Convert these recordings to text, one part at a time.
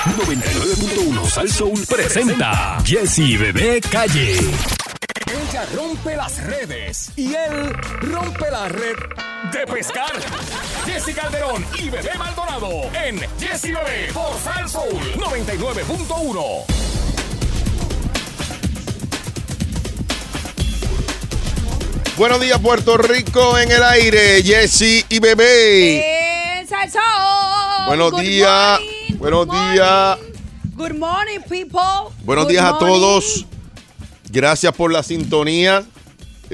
99.1 Sal Soul presenta Jesse Bebé Calle. Ella rompe las redes y él rompe la red de pescar. Jesse Calderón y Bebé Maldonado en Jesse Bebé por Sal Soul 99.1. Buenos días, Puerto Rico en el aire, Jesse y bebé. Bien, Salsón. Buenos Good días, morning, buenos good morning. días. Good morning, people. Buenos Good días a morning. todos. Gracias por la sintonía.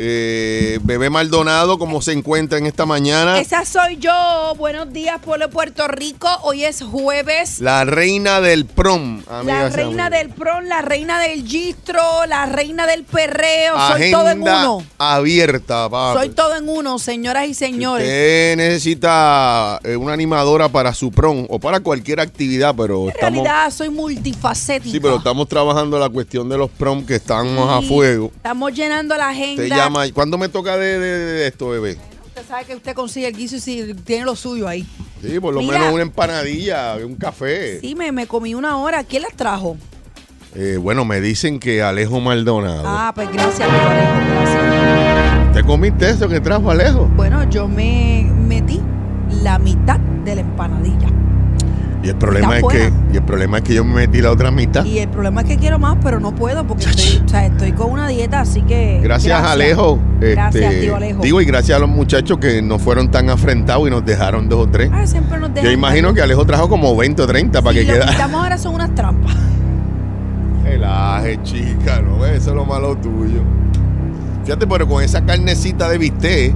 Eh, bebé Maldonado, ¿cómo se encuentra en esta mañana? Esa soy yo. Buenos días, pueblo de Puerto Rico. Hoy es jueves. La reina del prom, La amigas y reina amigos. del prom, la reina del gistro, la reina del perreo. Soy todo en Agenda uno. abierta, papi. Soy todo en uno, señoras y señores. Usted necesita eh, una animadora para su prom o para cualquier actividad, pero En estamos, realidad soy multifacética. sí, pero estamos trabajando la cuestión de los prom que están más a Sí, fuego. Estamos llenando la agenda. Te llama. ¿Cuándo me toca de, de- de esto, bebé? Usted sabe que usted consigue el guiso y si tiene lo suyo ahí. Sí, por lo Mira. menos una empanadilla, un café. Sí, me, me comí una hora. ¿Quién las trajo? Eh, bueno, me dicen que Alejo Maldonado. Ah, pues gracias, mi pareja, gracias. ¿Te comiste eso que trajo Alejo? Bueno, yo me metí la mitad de la empanadilla. Y el problema es Está que, buena. y el problema es que yo me metí la otra mitad. Y el problema es que quiero más, pero no puedo porque estoy, o sea, estoy con una dieta, así que. Gracias, Alejo. Gracias, Este, tío Alejo. Digo, y gracias a los muchachos que no fueron tan afrentados y nos dejaron dos o tres. Ah, siempre nos dejan Yo imagino que algo. Alejo trajo como 20 o 30 para Sí, que lo quedara. quitamos ahora son unas trampas. Relaje, chica, no, eso es lo malo tuyo. Fíjate, pero con esa carnecita de bistec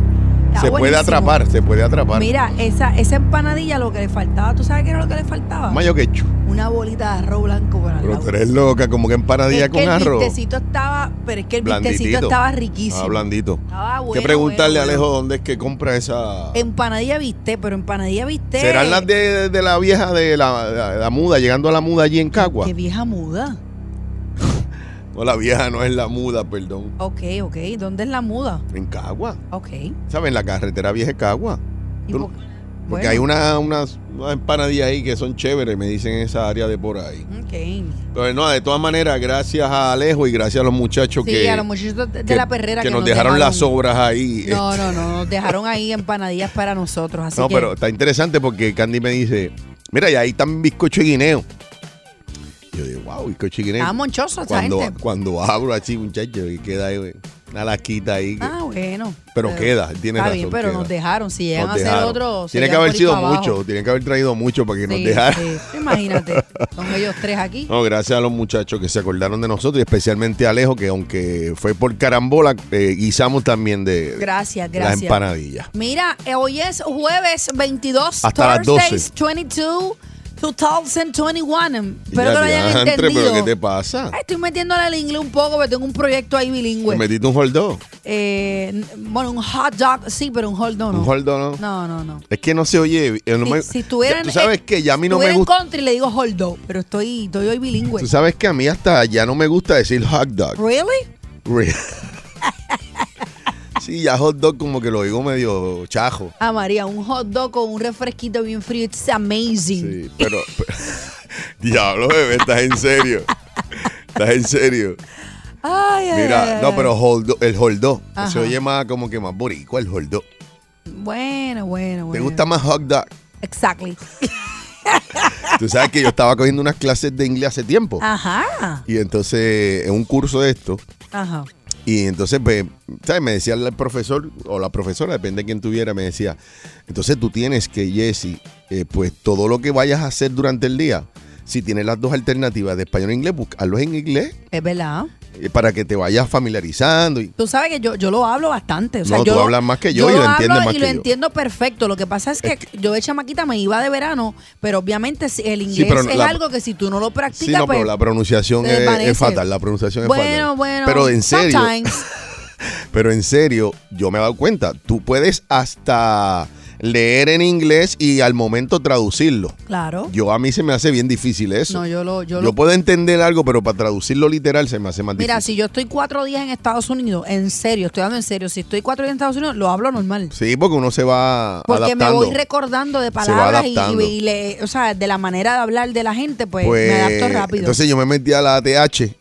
Está se puede buenísimo. atrapar, se puede atrapar. Mira, esa, esa empanadilla lo que le faltaba, ¿tú sabes qué era lo que le faltaba? Mayo quechu. Una bolita de arroz blanco para el Pero lado. tú eres loca, como que empanadilla Es que con el arroz. bistecito estaba, pero es que el bistecito Blanditito. estaba Ah, riquísimo. blandito. Estaba bueno, Hay que preguntarle bueno, a bueno. Alejo dónde es que compra esa. Empanadilla viste, pero empanadilla viste. ¿Serán las de, de la vieja de la, la- la muda, llegando a la muda allí en Cagua? Qué vieja muda. No, la vieja no es la muda, perdón. Ok, ok. ¿Dónde es la muda? En Cagua. Ok. ¿Y ¿Saben? La carretera vieja de Cagua. Tú- por- Porque bueno, hay una- unas unas empanadillas ahí que son chéveres, me dicen en esa área de por ahí. Ok. Pero no, de todas maneras, gracias a Alejo y gracias a los muchachos Sí, que, a los muchachos de, de que- la perrera que nos, dejaron, las obras ahí. Eh, No, no, no. Nos dejaron ahí empanadillas para nosotros. Así No, que pero está interesante porque Candy me dice, mira, y ahí están bizcocho y guineo. Yo digo, wow, bizcocho y guineo. estaba monchoso esa cuando, gente. cuando abro así, muchachos, y queda ahí, güey, una lasquita ahí. que- Ah, bueno. pero, queda, tiene Está razón. bien, pero queda. nos dejaron. Si Nos llegan a hacer dejaron. otro. se Tiene que llevan haber por ahí sido para abajo. mucho, tiene que haber traído mucho para que nos Sí, dejaran. sí. Imagínate. Son ellos tres aquí. No, gracias a los muchachos que se acordaron de nosotros y especialmente a Alejo, que aunque fue por carambola, eh, guisamos también de Gracias, las gracias. empanadillas. Mira, eh, hoy es jueves 22, Hasta las 12. Thursdays 22, 2021. Espero Ya, que lo hayan diantre, entendido. ¿Pero qué te pasa? Ay, Estoy metiéndole al inglés un poco, pero tengo un proyecto ahí ¿Te bilingüe. metiste un holdón? Eh, n- bueno, un hot dog, sí, pero un hot dog no. ¿Un holdón? No, No. no, no. Es que no se oye. eh, no Si- me- si estuvieran, tú sabes eh, que ya a mí no estuviera me en gusta. country le digo hot dog, pero estoy, estoy hoy bilingüe. Tú sabes que a mí hasta ya no me gusta decir hot dog. ¿Really? Re- sí, ya hot dog como que lo digo medio chajo. Ah, María, un hot dog con un refresquito bien frío, it's amazing. Sí, pero. pero- Diablo, bebé, estás en serio. Estás en serio. Ay, ay, ay, Mira, ay, no, ay. pero holdo, el holdó. Se Ajá. oye más como que más boricua el holdó. Bueno, bueno, bueno. ¿Te gusta más hot dog? Exactly. Tú sabes que yo estaba cogiendo unas clases de inglés hace tiempo. Ah. Ajá, Y entonces, en un curso de esto, ajá. y entonces, pues, ¿sabes? Me decía el profesor o la profesora, depende de quién tuviera, me decía, entonces tú tienes que, Jesse, eh, pues todo lo que vayas a hacer durante el día, si tienes las dos alternativas de español e inglés, pues, hazlos en inglés Es verdad. eh, para que te vayas familiarizando. Y, Tú sabes que yo, yo lo hablo bastante. O sea, No, yo tú lo- hablas más que yo y lo hablo entiendes más y que lo yo. entiendo perfecto. Lo que pasa es que, yo de chamaquita me iba de verano, pero obviamente si- el inglés pero es la- algo que si tú no lo practicas, sí, no, pues, pero la pronunciación se es, es desvanece. fatal, la pronunciación es bueno, fatal. bueno. pero en serio, sometimes. pero en serio, yo me he dado cuenta, tú puedes hasta leer en inglés y al momento traducirlo. Claro. Yo a mí se me hace bien difícil eso. No, yo lo- yo lo- puedo entender algo, pero para traducirlo literal se me hace más Mira, difícil. si yo estoy cuatro días en Estados Unidos, en serio, estoy hablando en serio, si estoy cuatro días en Estados Unidos, lo hablo normal. Sí, porque uno se va Porque adaptando. me voy recordando de va palabras y, adaptando. y le- o sea, de la manera de hablar de la gente, pues, Pues, me adapto rápido. Entonces yo me metí a la ATH. Entonces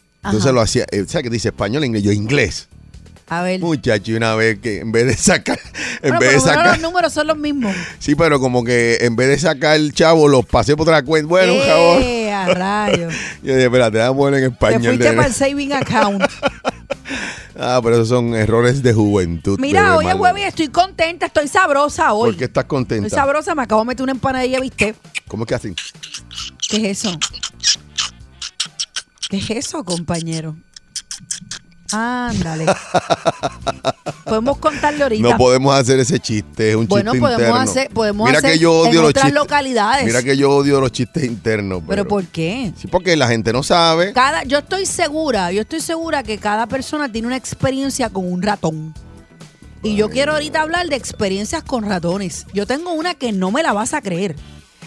Ajá. lo hacía, eh, o sea, que dice español, inglés, yo inglés. a ver. Muchacho, y una vez que en vez de sacar, en Bueno, por lo vez de menos sacar, los números son los mismos. sí, pero como que en vez de sacar el chavo, los pasé por otra cuenta. Bueno, un jabón. ¡Eh, a rayos! Yo dije, espérate, déjame poner en Te español. fuiste nene". para el saving account. Ah, pero esos son errores de juventud. bebé Mira, oye, Marlene. Webby, estoy contenta, estoy sabrosa hoy. ¿Por qué estás contenta? Estoy sabrosa, me acabo de meter una empanadilla, ¿viste? ¿Cómo es que hacen? ¿Qué es eso? ¿Qué es eso, compañero? Ándale. podemos contarle ahorita. No podemos hacer ese chiste, es un Bueno, chiste podemos interno. hacer- podemos Mira hacer que yo en odio los otras chistes. localidades. Mira que yo odio los chistes internos. ¿Pero por qué? Sí, porque la gente no sabe. Cada, yo estoy segura, yo estoy segura que cada persona tiene una experiencia con un ratón. Y yo quiero ahorita hablar de experiencias con ratones. Yo tengo una que no me la vas a creer.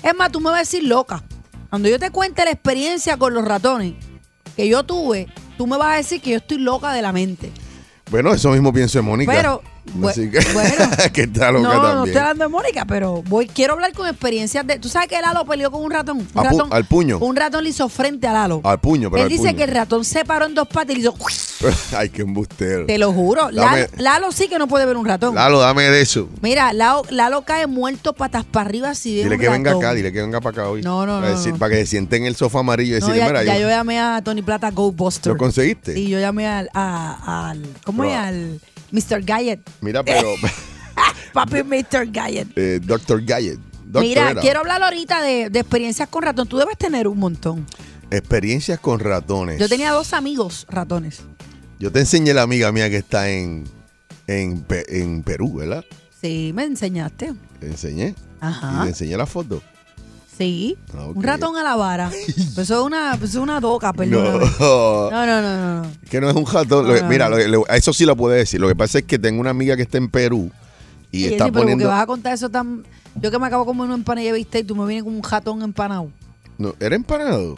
Es más, tú me vas a decir loca. Cuando yo te cuente la experiencia con los ratones que yo tuve, tú me vas a decir que yo estoy loca de la mente. Bueno, eso mismo pienso en Mónica. Pero, bu- Así que, bueno. que está No, loca no también. estoy hablando de Mónica, pero voy, quiero hablar con experiencias de... ¿Tú sabes que Lalo peleó con un ratón? Un A pu- ratón al puño. Un ratón le hizo frente a Lalo. Al puño, pero Él al dice puño. que el ratón se paró en dos patas y le hizo... Ay, qué embustero. Te lo juro. Dame- Lalo, Lalo sí que no puede ver un ratón. Lalo, dame de eso. Mira, Lalo, Lalo cae muerto patas para arriba si ve Dile un que venga ratón. acá, dile que venga para acá hoy. No, no, para no, decir- no. Para que se siente en el sofá amarillo y No, decirle, ya, mira, ya yo, yo llamé a Tony Plata Ghostbuster. ¿lo conseguiste? Sí, yo llamé al... a- al ¿Cómo Pero- es? Al Mr. Gallet. Mira, pero... Papi Mr. Gallet. eh, Doctor Gallet. Doctor Mira, era. quiero hablar ahorita de, de experiencias con ratón. Tú debes tener un montón. Experiencias con ratones. Yo tenía dos amigos ratones. Yo te enseñé la amiga mía que está en, en, Pe- en Perú, ¿verdad? Sí, me enseñaste. Te enseñé. Y Ajá. te enseñé la foto. Sí. Ah, ok. Un ratón a la vara. Pues Eso es una, pues eso es una doca, perdón. No. No, no, no, no. no. Que no es un ratón. Lo que- Ah. mira, lo que- lo- eso sí lo puedo decir. Lo que pasa es que tengo una amiga que está en Perú y Oye, está sí, pero porque poniendo. vas a contar eso tan. Yo que me acabo de comer una empanilla de bistec y tú me vienes con un ratón empanado. No, ¿Era empanado?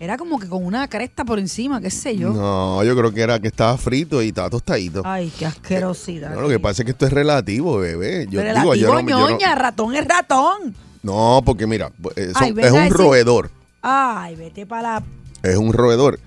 Era como que con una cresta por encima, qué sé yo. No, yo creo que era que estaba frito y estaba tostadito. Ay, qué asquerosidad. Eh, No, lo que pasa es que esto es relativo, bebé. Yo Relativo, digo, yo no, yo no- ñoña, ratón es ratón. no, porque mira, eh, son- Ay, venga es a un decir- roedor. Ay, vete para la. Es un roedor.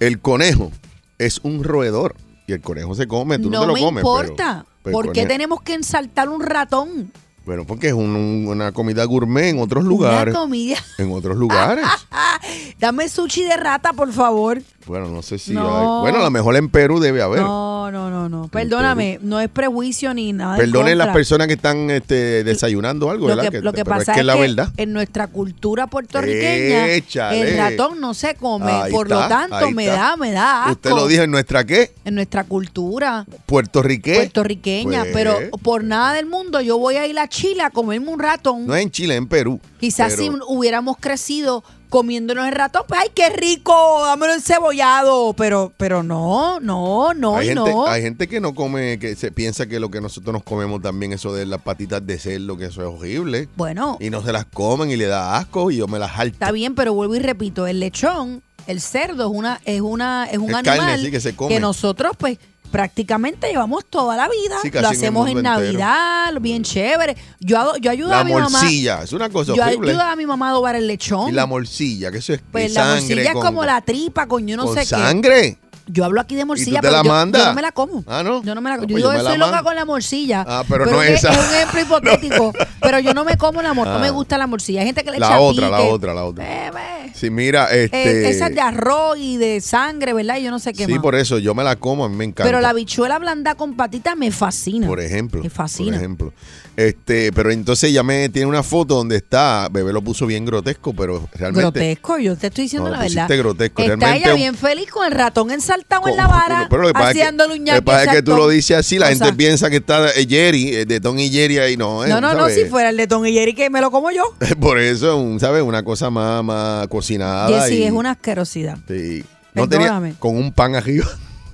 El conejo es un roedor. Y el conejo se come, Eh, tú no, No, te lo me comes. pero- importa. pero el ¿Por qué conejo- tenemos que ensaltar un ratón? Bueno, porque es un- un- una comida gourmet en otros lugares. Una comida. En otros lugares. Ah, dame sushi de rata, por favor. bueno, no sé si No. hay. Bueno, a lo mejor en Perú debe haber. No, no, no, no. Perdóname, no es prejuicio ni nada. en Perdonen las contra. personas que están este, desayunando algo, Lo ¿verdad? que, lo que pero pasa es, es la que verdad. en nuestra cultura puertorriqueña Échale. el ratón no se come, Ahí por está, lo tanto ahí me está. da, me da asco. Usted lo dijo en nuestra qué? En nuestra cultura Puertorriqueña. puertorriqueña, Pues, pero por nada del mundo yo voy a ir a Chile a comerme un ratón. No es en Chile, es en Perú. Quizás Pero- si hubiéramos crecido comiéndonos el ratón, pues ay, qué rico, dámelo encebollado, pero pero no, no, no, hay, y gente, no. hay gente que no come, que se piensa que lo que nosotros nos comemos también, eso de las patitas de cerdo, que eso es horrible. Bueno, Y no se las comen y le da asco y yo me las jalto. Está bien, pero vuelvo y repito, el lechón, el cerdo es una es una es un Es animal carne, sí, que se come. nosotros pues prácticamente llevamos toda la vida, Sí, casi lo en el hacemos en, mundo entero. Mm. Navidad, bien chévere. Yo hago- yo ayudo La a mi mamá, morcilla, es una cosa yo horrible. ayudo a mi mamá a adobar el Y lechón. la morcilla, que eso es pues es la sangre morcilla con- es como la tripa con yo no con sé qué. sangre. Yo hablo aquí de morcilla, te pero la yo, mandas? yo no me la como. Ah, ¿no? Yo no me la No, como. pues yo yo me la soy loca mando. con la morcilla. Ah, pero no es, esa. es un ejemplo hipotético. Pero yo no me como la morcilla. No me gusta la morcilla. Hay gente que le La echa otra, la pique. otra, la otra. Eh, ve. Sí, mira, este. Eh, esa es de arroz y de sangre, ¿verdad? Y yo no sé qué Sí, más. por eso yo me la como, a mí me encanta. Pero la bichuela blanda con patita me fascina. Por ejemplo. Me fascina. Por ejemplo. Este, pero entonces ya me tiene una foto donde está, bebé lo puso bien grotesco, pero realmente grotesco, yo te estoy diciendo No, la lo pusiste verdad. grotesco, Está realmente ella un- bien feliz con el ratón ensaltado en la Con- vara, pero lo que pasa es que, haciéndole un lo que, pasa es que tú lo dices así, la gente piensa piensa que está eh, Jerry, eh, de Tom y Jerry ahí, no. eh, No, no, no, ¿sabes? si fuera el de Tom y Jerry que me lo como yo. Por eso, un, ¿sabes? Una cosa más, más cocinada. Jessy, y- es una asquerosidad. sí. No tenía, Perdóname. con un pan arriba.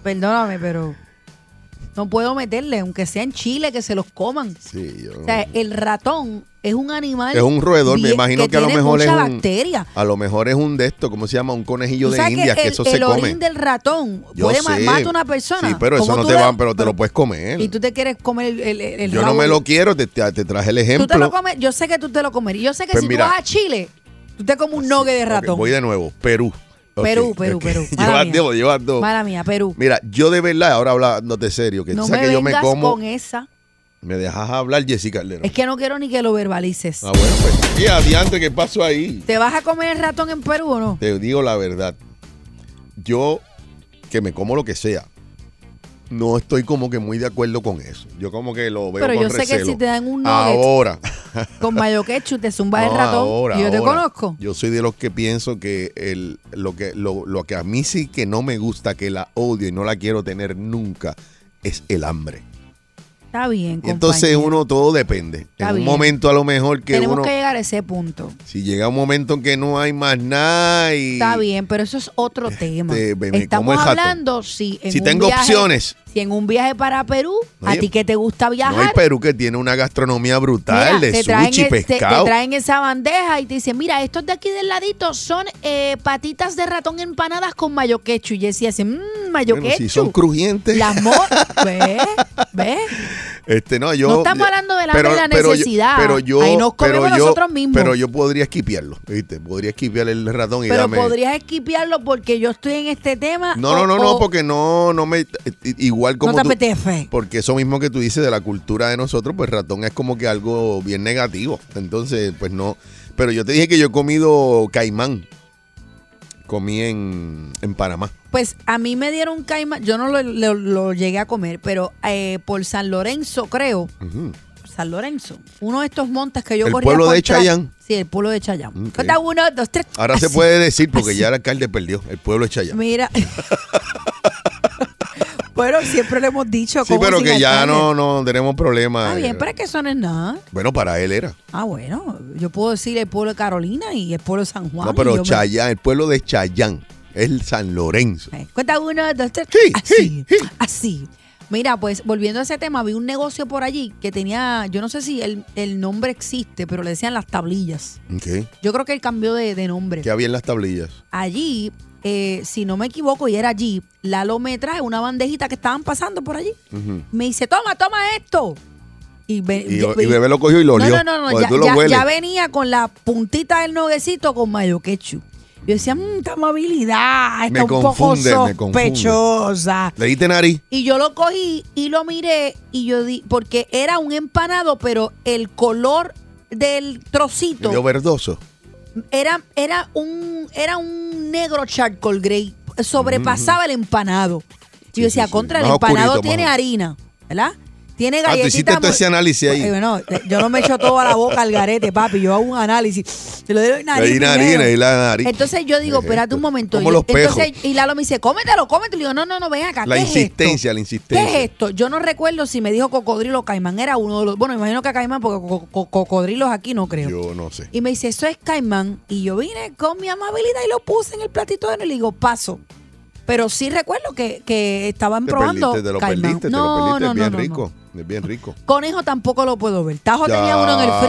Perdóname, pero No puedo meterle, aunque sea en Chile, que se los coman. Sí, yo- O sea, el ratón es un animal. es un roedor, me bien- imagino que, a lo tiene mejor es mucha un bacteria. a lo mejor es un de estos, ¿cómo se llama? Un conejillo Tú de sabes indias que, el, eso se el come. orín del ratón Yo puede ma- sé. mata a una persona. Sí, pero eso ¿Cómo no tú te le- va, pero te lo puedes Y comer. tú te quieres comer el, el, el- el Yo no rabo me del- lo quiero, te, te- te traje el Tú te ejemplo. lo comes, yo sé que tú te lo comerías. Yo sé que Pues si mira. tú vas a Chile, tú te comes un nogue de Ok, ratón. voy de nuevo, Perú. Ok, Perú, Perú, ok. Perú. Mala Llevas mía. dos, llevas dos. Mala mía, Perú. Mira, yo de verdad, ahora hablándote serio, que no tú me sabes que yo me vengas como. con esa. Me dejas hablar, Jessica Calderón. Es que no quiero ni que lo verbalices. Ah, bueno, pues. Y adiante, ¿qué pasó ahí? ¿Te vas a comer el ratón en Perú o no? Te digo la verdad. Yo, que me como lo que sea, no estoy como que muy de acuerdo con eso. Yo como que lo veo Pero con yo sé que recelo. si te dan un nugget- Ahora. Con mayo ketchup te zumbas No, el ratón. ahora, yo te ahora. conozco. Yo soy de los que pienso que, el, lo, que lo, lo que a mí sí que no me gusta, que la odio y no la quiero tener nunca, es el hambre. Está bien, Y entonces compañero. uno todo depende. Está en un bien. momento a lo mejor que Tenemos uno... que llegar a ese punto. Si llega un momento en que no hay más nada y... este, Está bien, pero eso es otro tema. me- me como Estamos el jato. hablando si en Si un tengo viaje- opciones. Si en un viaje para Perú, Oye, a ti que te gusta No hay viajar, Perú que tiene una gastronomía brutal mira, de te, traen sushi, el- te- te pescado. traen esa bandeja y te dicen, mira, estos de aquí del ladito son eh, patitas de ratón empanadas con mayo ketchup. Y Jessy hace, mmm, mayo Bueno, si son ketchup. crujientes. Las mo- ¿Ves? ¿Ves? Este, no, yo, No estamos hablando del hambre y la yo- necesidad. pero yo, Ahí nos pero comemos yo- nosotros mismos. Pero yo podría esquipearlo, ¿viste? Podría esquipear el ratón y Pero dame. podrías esquipearlo porque yo estoy en este tema. No, o- no, no, no, o porque no, no me. Igual como. No te tú- apetece. Porque eso mismo que tú dices de la cultura de nosotros, pues ratón es como que algo bien negativo. Entonces, pues no. Pero yo te dije que yo he comido caimán. Comí en, en Panamá. Pues a mí me dieron caimán, yo no lo, lo- lo llegué a comer, pero eh, por San Lorenzo, creo, Ujú. San Lorenzo, uno de estos montes que yo ¿El corría pueblo de contra- Chayán? Sí, el pueblo de Chayán. Ok. Cuenta uno, dos, tres. Ahora se Así. puede decir porque así. ya el alcalde perdió. El pueblo es Chayán. Mira. bueno, siempre le hemos dicho. Sí, ¿cómo pero sin que ya alcalde? no, no tenemos eh, problemas. Está bien, pero es que eso no es nada. Bueno, para él era. Ah, bueno, yo puedo decir el pueblo de Carolina y el pueblo de San Juan. no, y pero yo me- Chayán, el pueblo de Chayán, es el San Lorenzo. Eh, Cuenta uno, dos, tres. Sí, sí, así, sí. así. Mira, pues volviendo a ese tema, vi un negocio por allí que tenía, yo no sé si el, el nombre existe, pero le decían las tablillas. Ok. Yo creo que él cambió de, de nombre. Que había en las tablillas. Allí, eh, si no me equivoco, y era allí, Lalo me trae una bandejita que estaban pasando por allí. Ujú. Me dice, toma, toma esto. Y, ve- Y, ya- pues, y bebé lo cogió y lo no, no, olió. no, no, porque ya, tú lo ya- hueles. ya venía con la puntita del noguecito con mayo ketchup. Yo decía, mmm, esta amabilidad está Me un poco confunde, me confunde. sospechosa. Le diste nariz. Y yo lo cogí y lo miré y yo di, porque era un empanado, pero el color del Le dio trocito verdoso. era, era un, era un negro charcoal grey. Sobrepasaba el empanado. Y Sí, yo decía, sí, sí. contra el Más empanado oscurito, más tiene oscuro". harina, ¿verdad? Tiene Ah, tú galletitas. hiciste todo mol- ese análisis ahí. Ay, bueno, yo no me echo toda la boca al garete, papi. Yo hago un análisis. Te lo doy nariz. Le di nariz, primero. le di la nariz. Entonces yo digo, Ejemplo. espérate un momento. Como Y- los pejos. Entonces, y Lalo me dice, cómetelo, cómetelo. Y yo, no, no, no, ven acá. La ¿qué insistencia, es esto? la insistencia. ¿Qué es esto? Yo no recuerdo si me dijo cocodrilo o caimán. Era uno de los. Bueno, imagino que caimán, porque co- co- cocodrilos aquí no creo. Yo no sé. Y me dice, eso es caimán. Y yo vine con mi amabilidad y lo puse en el platito de él y le digo, paso. Pero sí recuerdo que, que estaban Te probando. perdiste, te lo caimán. perdiste, no, te lo perdiste. no, es bien no, no, no. rico. Es bien rico. Conejo tampoco lo puedo ver. Tajo tenía uno en el Chacho,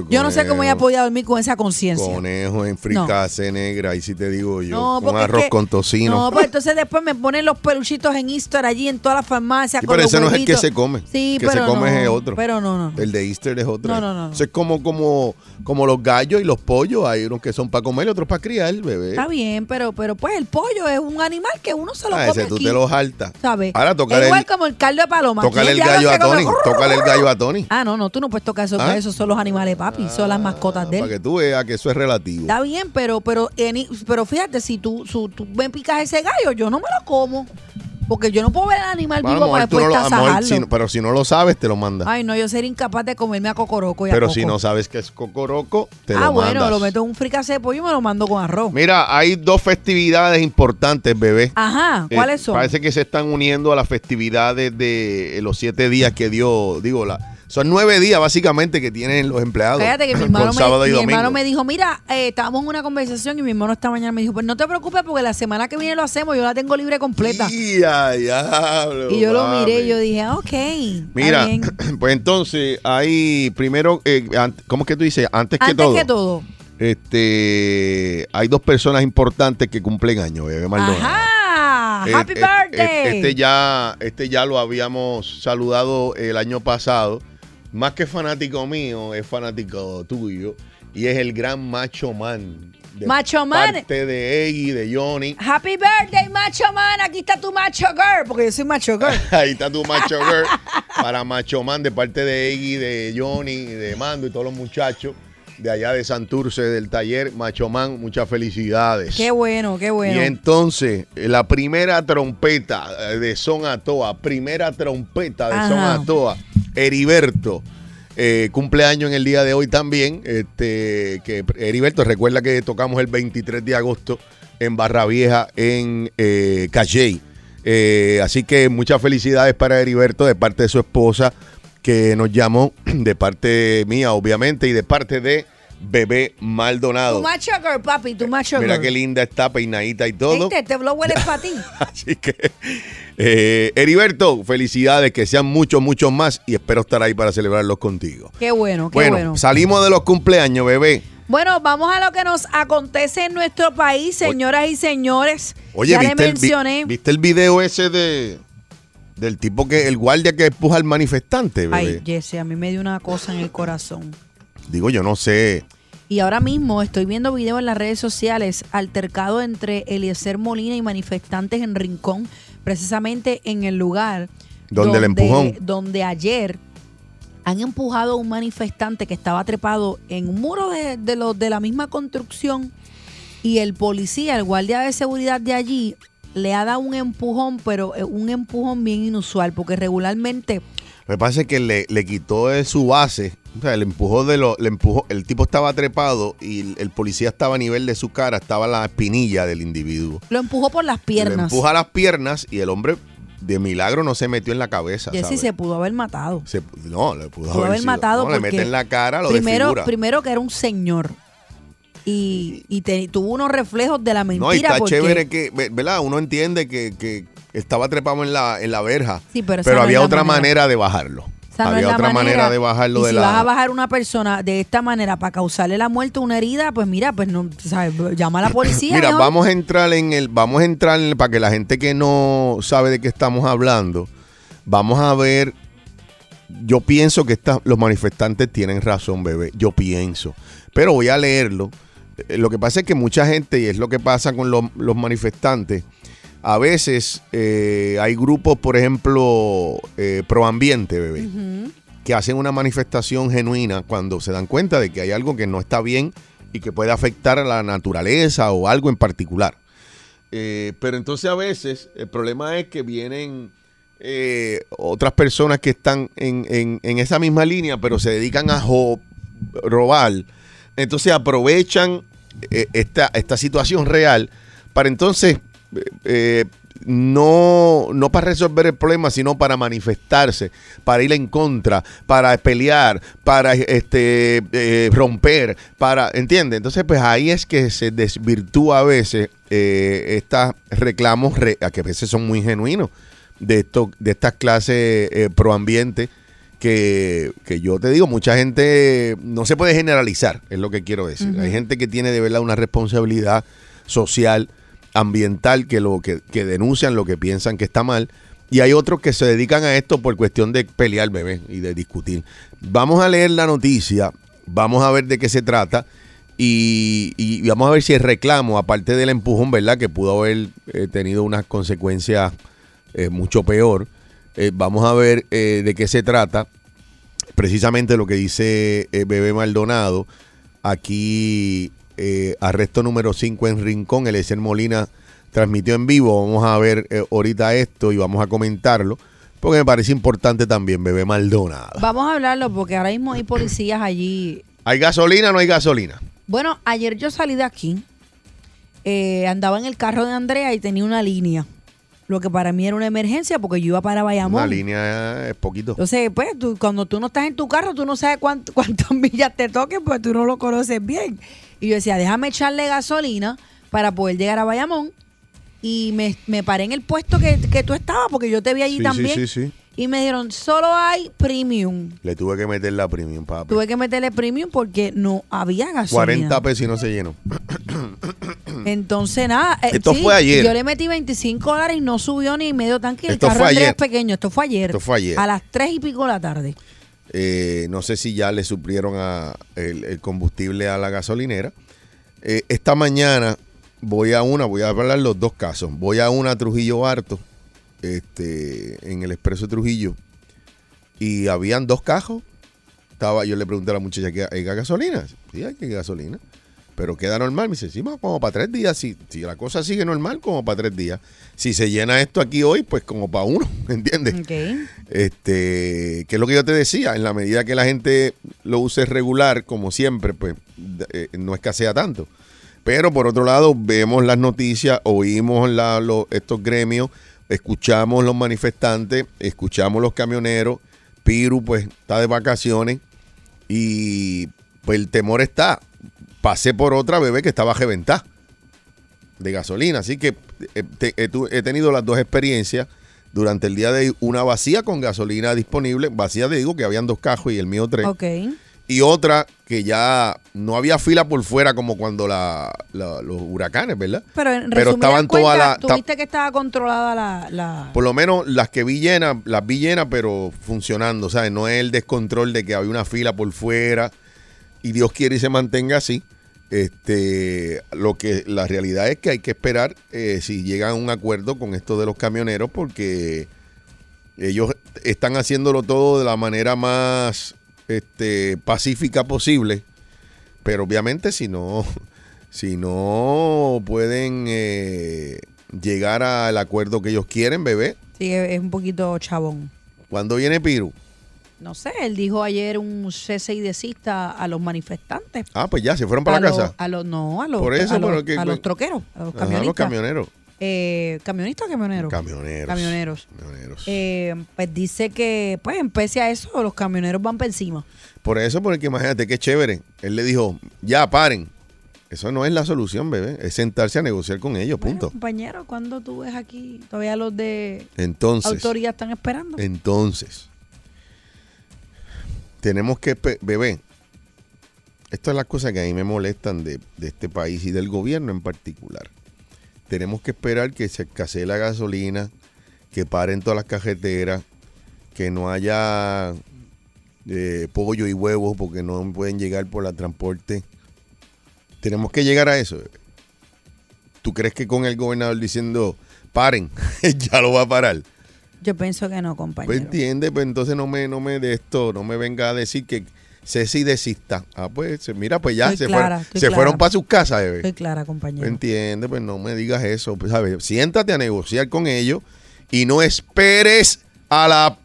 freezer. Yo no sé conejo. cómo ella podía dormir con esa conciencia. Conejo en fricase negra, ahí sí te digo yo. No, con porque es arroz que- con tocino. No, pues entonces después me ponen los peluchitos en Easter allí en todas las farmacias. Sí, con pero los ese no es el que huevitos. se come. Sí, El que pero se come no, es otro. Pero no, no. no. El de Easter es otro. No, no, no, no. Eso es como, como, como los gallos y los pollos. Hay unos que son para comer y otros para criar, bebé. Está bien, pero, pero pues el pollo es un animal que uno se Ah, lo Ah, come ese tú aquí, te los jaltas. ¿sabes? Ahora tocar Igual el, como el caldo de paloma. tócale ¿Quién el diablos gallo se a come? Tony. Tócale el gallo a Tony. Ah, no, no, tú no puedes tocar esos ¿Ah? gallos, esos son los animales, papi, son las mascotas de Para él. que tú veas que eso es relativo. Está bien, pero pero en- pero fíjate, si tú, su- tú me picas ese gallo, yo no me lo como. Porque yo no puedo ver al animal Bueno, a vivo lo para mejor tú no después lo- a lo mejor si tasajarlo. no- pero si no lo sabes, te lo manda. Ay, no, yo sería incapaz de comerme a cocoroco y a pero coco. si no sabes que es cocoroco, te ah, lo bueno, mandas. lo meto en un fricase de pollo y me lo mando con arroz. Mira, hay dos festividades importantes, bebé. Ajá, Eh, ¿cuáles son? Parece que se están uniendo a las festividades de eh, los siete días que dio, digo, la, son nueve días básicamente que tienen los empleados. Cállate que mi con hermano, sábado me, y mi domingo. hermano me dijo, mira, eh, estábamos en una conversación y mi hermano esta mañana me dijo, pues no te preocupes porque la semana que viene lo hacemos, yo la tengo libre completa. Y a Ah, diablo. Y yo lo miré y mami. yo dije, "Ah, ok. está Mira, bien. pues entonces, ahí primero, eh, an- ¿cómo es que tú dices? Antes, Antes que todo, que todo. este, hay dos personas importantes que cumplen años, bebé Maldonado. Ajá. Eh, Happy este- birthday. este- Este ya, este ya lo habíamos saludado eh, el año pasado. Más que fanático mío, es fanático tuyo. Y es el gran Macho Man. de Macho Man. Parte de Eggy, de Johnny. Happy birthday, macho man. Aquí está tu macho girl. Porque yo soy macho girl. Ahí está tu Macho Girl. para Macho Man, de parte de Eggy, de Johnny, de Mando y todos los muchachos de allá de Santurce, del taller. Macho Man, muchas felicidades. qué bueno, qué bueno. Y entonces, eh, la primera trompeta eh, de Son Atoa, primera trompeta de Son Ajá. Atoa, Heriberto, eh, cumpleaños en el día de hoy también. Este, que Heriberto, recuerda que tocamos el 23 de agosto en Barra Vieja, en eh, Calley. Eh, así que muchas felicidades para Heriberto de parte de su esposa, que nos llamó de parte mía, obviamente, y de parte de Bebé Maldonado. tu macho girl, papi, tu macho Mira girl. qué linda está, peinadita y todo. Este, este blower es para ti. Así que, eh, Heriberto, felicidades, que sean muchos, muchos más y espero estar ahí para celebrarlos contigo. Qué bueno, qué bueno, bueno. salimos de los cumpleaños, bebé. Bueno, vamos a lo que nos acontece en nuestro país, señoras y señores. Oye, ya le ¿viste, el, vi- mencioné. ¿viste el video ese de del tipo que, el guardia que empuja al manifestante, Ay, bebé? Jesse, a mí me dio una cosa en el corazón. Digo, yo no sé. Y ahora mismo estoy viendo videos en las redes sociales, altercado entre Eliezer Molina y manifestantes en Rincón, precisamente en el lugar Donde el empujón. donde ayer han empujado a un manifestante que estaba trepado en un muro de, de los de la misma construcción y el policía, el guardia de seguridad de allí, le ha dado un empujón, pero eh, un empujón bien inusual, porque regularmente Lo que pasa es que le, le quitó de su base, o sea, le empujó de lo, le empujó, el tipo estaba trepado y el, el policía estaba a nivel de su cara, estaba la espinilla del individuo. lo empujó por las Le piernas. empuja las piernas y el hombre de milagro no se metió en la cabeza. Jesse ¿sabes? se pudo haber matado. Se- no, le pudo, pudo haber sido- matado no, le porque mete en la cara, lo primero, desfigura. primero que era un señor y, y te- tuvo unos reflejos de la mentira no, y está porque chévere que, ve- ¿verdad? Uno entiende que, que estaba trepado en la, en la verja, Sí, pero esa no había es la otra manera. manera. de bajarlo. esa no había es la otra manera, de bajarlo y de si la... vas a bajar una persona de esta manera para causarle la muerte o una herida, pues mira, pues no, ¿sabes? llama a la policía. Mira, mejor. vamos a entrar en el, vamos a entrar en el- para que la gente que no sabe de qué estamos hablando, vamos a ver. Yo pienso que esta- los manifestantes tienen razón, bebé. Yo pienso, pero voy a leerlo. Eh, Lo que pasa es que mucha gente y es lo que pasa con los- los manifestantes. A veces eh, hay grupos, por ejemplo, eh, proambiente, bebé que hacen una manifestación genuina cuando se dan cuenta de que hay algo que no está bien y que puede afectar a la naturaleza o algo en particular. Eh, pero entonces a veces el problema es que vienen eh, otras personas que están en, en- en esa misma línea, pero se dedican a jo- robar. Entonces aprovechan eh, esta, esta situación real para entonces eh, eh, no, no para resolver el problema, sino para manifestarse, para ir en contra, para pelear, para este, eh, romper, para, ¿entiendes? Entonces, pues ahí es que se desvirtúa a veces eh, estos reclamos re- a que a veces son muy genuinos de, esto, de estas clases eh, proambiente que, que yo te digo, mucha gente no se puede generalizar, es lo que quiero decir. Hay gente que tiene de verdad una responsabilidad social, ambiental, que lo que, que denuncian lo que piensan que está mal. Y hay otros que se dedican a esto por cuestión de pelear, bebé, y de discutir. Vamos a leer la noticia, vamos a ver de qué se trata y, y vamos a ver si el reclamo, aparte del empujón, ¿verdad? Que pudo haber eh, tenido unas consecuencias eh, mucho peor. Eh, vamos a ver eh, de qué se trata. Precisamente lo que dice eh, Bebé Maldonado. Aquí, eh, arresto número 5 en Rincón. Eliezer Molina transmitió en vivo. Vamos a ver eh, ahorita esto y vamos a comentarlo. Porque me parece importante también, Bebé Maldonado. Vamos a hablarlo porque ahora mismo hay policías allí ¿Hay gasolina o no hay gasolina? Bueno, ayer yo salí de aquí, eh, andaba en el carro de Andrea y tenía una línea. Lo que para mí era una emergencia porque yo iba para Bayamón. Una línea es poquito. Entonces, pues, tú- cuando tú no estás en tu carro, tú no sabes cuán- cuántas millas te toquen, pues tú no lo conoces bien. Y yo decía, déjame echarle gasolina para poder llegar a Bayamón. y me, me paré en el puesto que, que tú estabas, porque yo te vi allí Sí, sí, también. sí, sí. Y me dijeron, solo hay premium. Le tuve que meter la premium, papi. Tuve que meterle premium porque no había gasolina. 40 pesos y no se llenó. Entonces, nada. eh, Esto sí, fue ayer. Yo le metí 25 dólares y no subió ni medio tanque. El Esto carro fue Andrés ayer. es pequeño. Esto fue ayer. Esto fue ayer. A las 3 y pico de la tarde. Eh, no sé si ya le suplieron a el, el combustible a la gasolinera. Eh, esta mañana voy a una, voy a hablar los dos casos. Voy a una a Trujillo Harto, este, en el expreso de Trujillo, y habían dos cajos. Estaba, yo le pregunté a la muchacha que hay gasolina. Sí, hay que gasolina. Pero queda normal. Me dice, sí, más como para tres días. Si, si la cosa sigue normal, como para tres días. Si se llena esto aquí hoy, pues como para uno, ¿me entiendes? Ok. Este, que es lo que yo te decía, en la medida que la gente lo use regular, como siempre, pues eh, no escasea tanto. Pero por otro lado, vemos las noticias, oímos la- lo- estos gremios, escuchamos los manifestantes, escuchamos los camioneros. Piru, pues, está de vacaciones y pues el temor está. Pasé por otra bebé que estaba reventada de gasolina. Así que eh, te- eh, tu- he tenido las dos experiencias durante el día de hoy. Una vacía con gasolina disponible. Vacía te digo que habían dos cajos y el mío tres. Ok. Y otra que ya no había fila por fuera como cuando la- la- los huracanes, ¿verdad? Pero en Pero estaban todas las... Tuviste que estaba controlada la. la- Por lo menos las que vi llenas, las vi llenas, pero funcionando, ¿sabes? No es el descontrol de que había una fila por fuera y Dios quiere y se mantenga así. Este, lo que la realidad es que hay que esperar eh, si llegan a un acuerdo con esto de los camioneros porque ellos están haciéndolo todo de la manera más este, pacífica posible, pero obviamente si no, si no pueden eh, llegar al acuerdo que ellos quieren, bebé, Sí, es es un poquito chabón. cuando viene Piru? No sé, él dijo ayer un cese y desista a los manifestantes. Ah, pues ya, se fueron para a la los- casa. a los, no, a los, Por eso, a los, pero que- a los troqueros, a los Ajá, los camionistas. camioneros. Eh, ¿Camionistas o camioneros? Camioneros. Camioneros. Camioneros. Eh, pues dice que, pues, en pese a eso, los camioneros van por encima. Por eso, porque imagínate qué chévere. Él le dijo, ya paren. Eso no es la solución, bebé. Es sentarse a negociar con ellos, punto. Bueno, compañero, ¿cuándo tú ves aquí? Todavía los de Entonces, eh, autoridad están esperando. entonces, tenemos que, pe- bebé, estas son las cosas que a mí me molestan de, de este país y del gobierno en particular. Tenemos que esperar que se escasee la gasolina, que paren todas las cajeteras, que no haya eh, pollo y huevos porque no pueden llegar por la transporte. Tenemos que llegar a eso. bebé. ¿Tú crees que con el gobernador diciendo paren, ya lo va a parar? Yo pienso que no, Pues compañero. entiende, pues entonces no me, no me de esto, no me venga a decir que Ceci desista. Ah, pues se- mira, pues ya Estoy se, clara, fueron, estoy se clara. fueron para sus casas, bebé. Estoy clara, compañero. Entiende, pues no me digas eso. Pues, ¿sabes? Siéntate a negociar con ellos y no esperes a la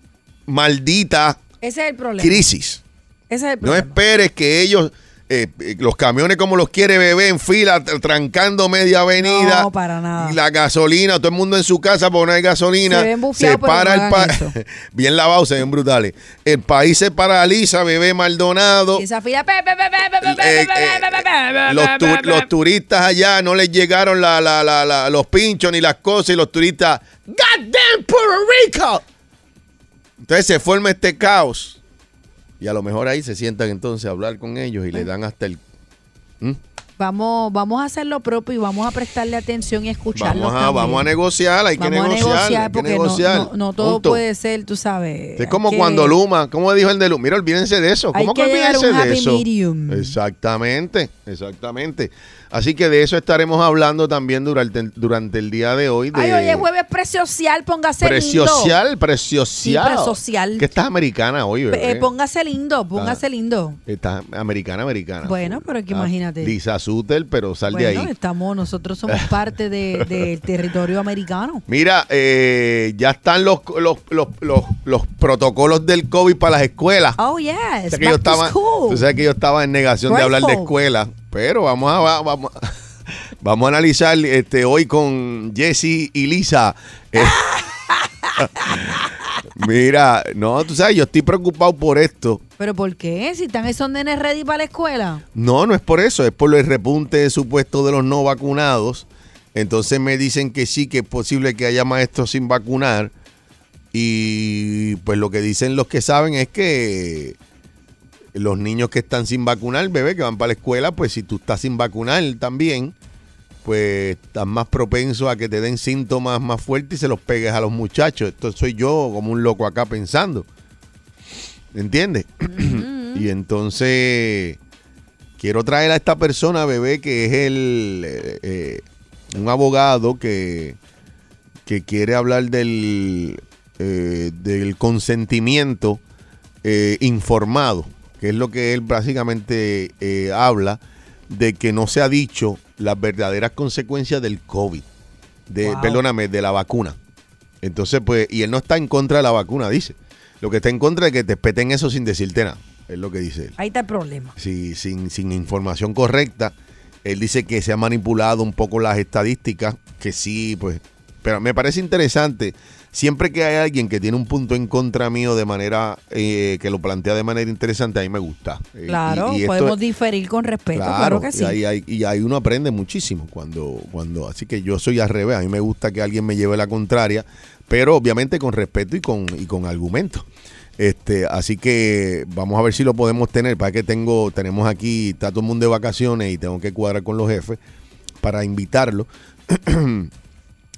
maldita Ese es el problema. crisis. Ese es el No problema. esperes que ellos, eh, eh, los camiones como los quiere bebé en fila, tr- trancando media avenida. No, para nada. La gasolina, todo el mundo en su casa porque no hay gasolina. Se ven bufiados, pero no hagan eso. Bien lavados, se ven brutales. El país se paraliza, bebé Maldonado. Y esa fila. pe, pe, pe, pe, pe, pe, Eh, eh, pe, pe, pe, pe, los, pe, tu- pe, pe. los turistas allá no les llegaron la- la- la- la- los pinchos ni las cosas y los turistas, God damn Puerto Rico. Entonces se forma este caos y a lo mejor ahí se sientan entonces a hablar con ellos y le dan hasta el... ¿Mm? Vamos, vamos a hacer lo propio y vamos a prestarle atención y escucharlos. Vamos a, también. vamos a negociar, hay que Vamos a negociar, hay que porque no- negociar. No, no todo punto. puede ser, tú sabes. Es como Eh, hay que- cuando Luma, como dijo el de Luma, mira, olvídense de eso. Hay ¿Cómo que llegar a olvídense un de happy eso? medium. Exactamente, exactamente. Así que de eso estaremos hablando también durante, el- durante el día de hoy. De Ay, oye, jueves preciosial, póngase lindo. Preciocial, preciocial. Sí, preciocial. Que estás americana hoy, bebé. Eh, póngase lindo, póngase Ah. lindo. Estás americana, americana. Ah, Bueno, pero es que imagínate. Lisa Suter, pero sal de bueno, ahí. estamos, nosotros somos parte de- del territorio americano. Mira, eh, ya están los, los, los, los, los protocolos del COVID para las escuelas. Oh, yes. Tú sabes back que yo to estaba, school. tú sabes que yo estaba en negación de Grateful. hablar de escuela, pero vamos a, va- vamos, a- vamos a analizar este, hoy con Jesse y Lisa. Eh, mira, no, tú sabes, yo estoy preocupado por esto. Pero ¿por qué? Si están esos nenes ready para la escuela. No, no es por eso, es por el repunte supuesto de los no vacunados Entonces me dicen que sí, que es posible que haya maestros sin vacunar. Y pues lo que dicen los que saben es que los niños que están sin vacunar, bebé, que van para la escuela, pues si tú estás sin vacunar también, pues estás más propenso a que te den síntomas más fuertes y se los pegues a los muchachos. Esto soy yo como un loco acá pensando. ¿Entiendes? y entonces quiero traer a esta persona, bebé, que es el eh, eh, un abogado que, que quiere hablar del, eh, del consentimiento eh, informado, que es lo que él básicamente eh, habla de que no se ha dicho las verdaderas consecuencias del COVID, de, Wow. perdóname, de la vacuna. Entonces, pues, y él no está en contra de la vacuna, dice. Lo que está en contra es que te peten eso sin decirte nada, es lo que dice él. Ahí está el problema. Sí, sin, sin información correcta. Él dice que se ha manipulado un poco las estadísticas, que sí, pues. Pero me parece interesante. Siempre que hay alguien que tiene un punto en contra mío de manera eh, que lo plantea de manera interesante, a mí me gusta. Eh, Claro, y- y esto- podemos diferir con respeto, claro, que sí. y ahí, ahí- y ahí uno aprende muchísimo cuando, cuando, así que yo soy al revés, a mí me gusta que alguien me lleve la contraria, pero obviamente con respeto y con, y con argumentos. Este, así que vamos a ver si lo podemos tener. Para que tengo, tenemos aquí, está todo el mundo de vacaciones y tengo que cuadrar con los jefes para invitarlo.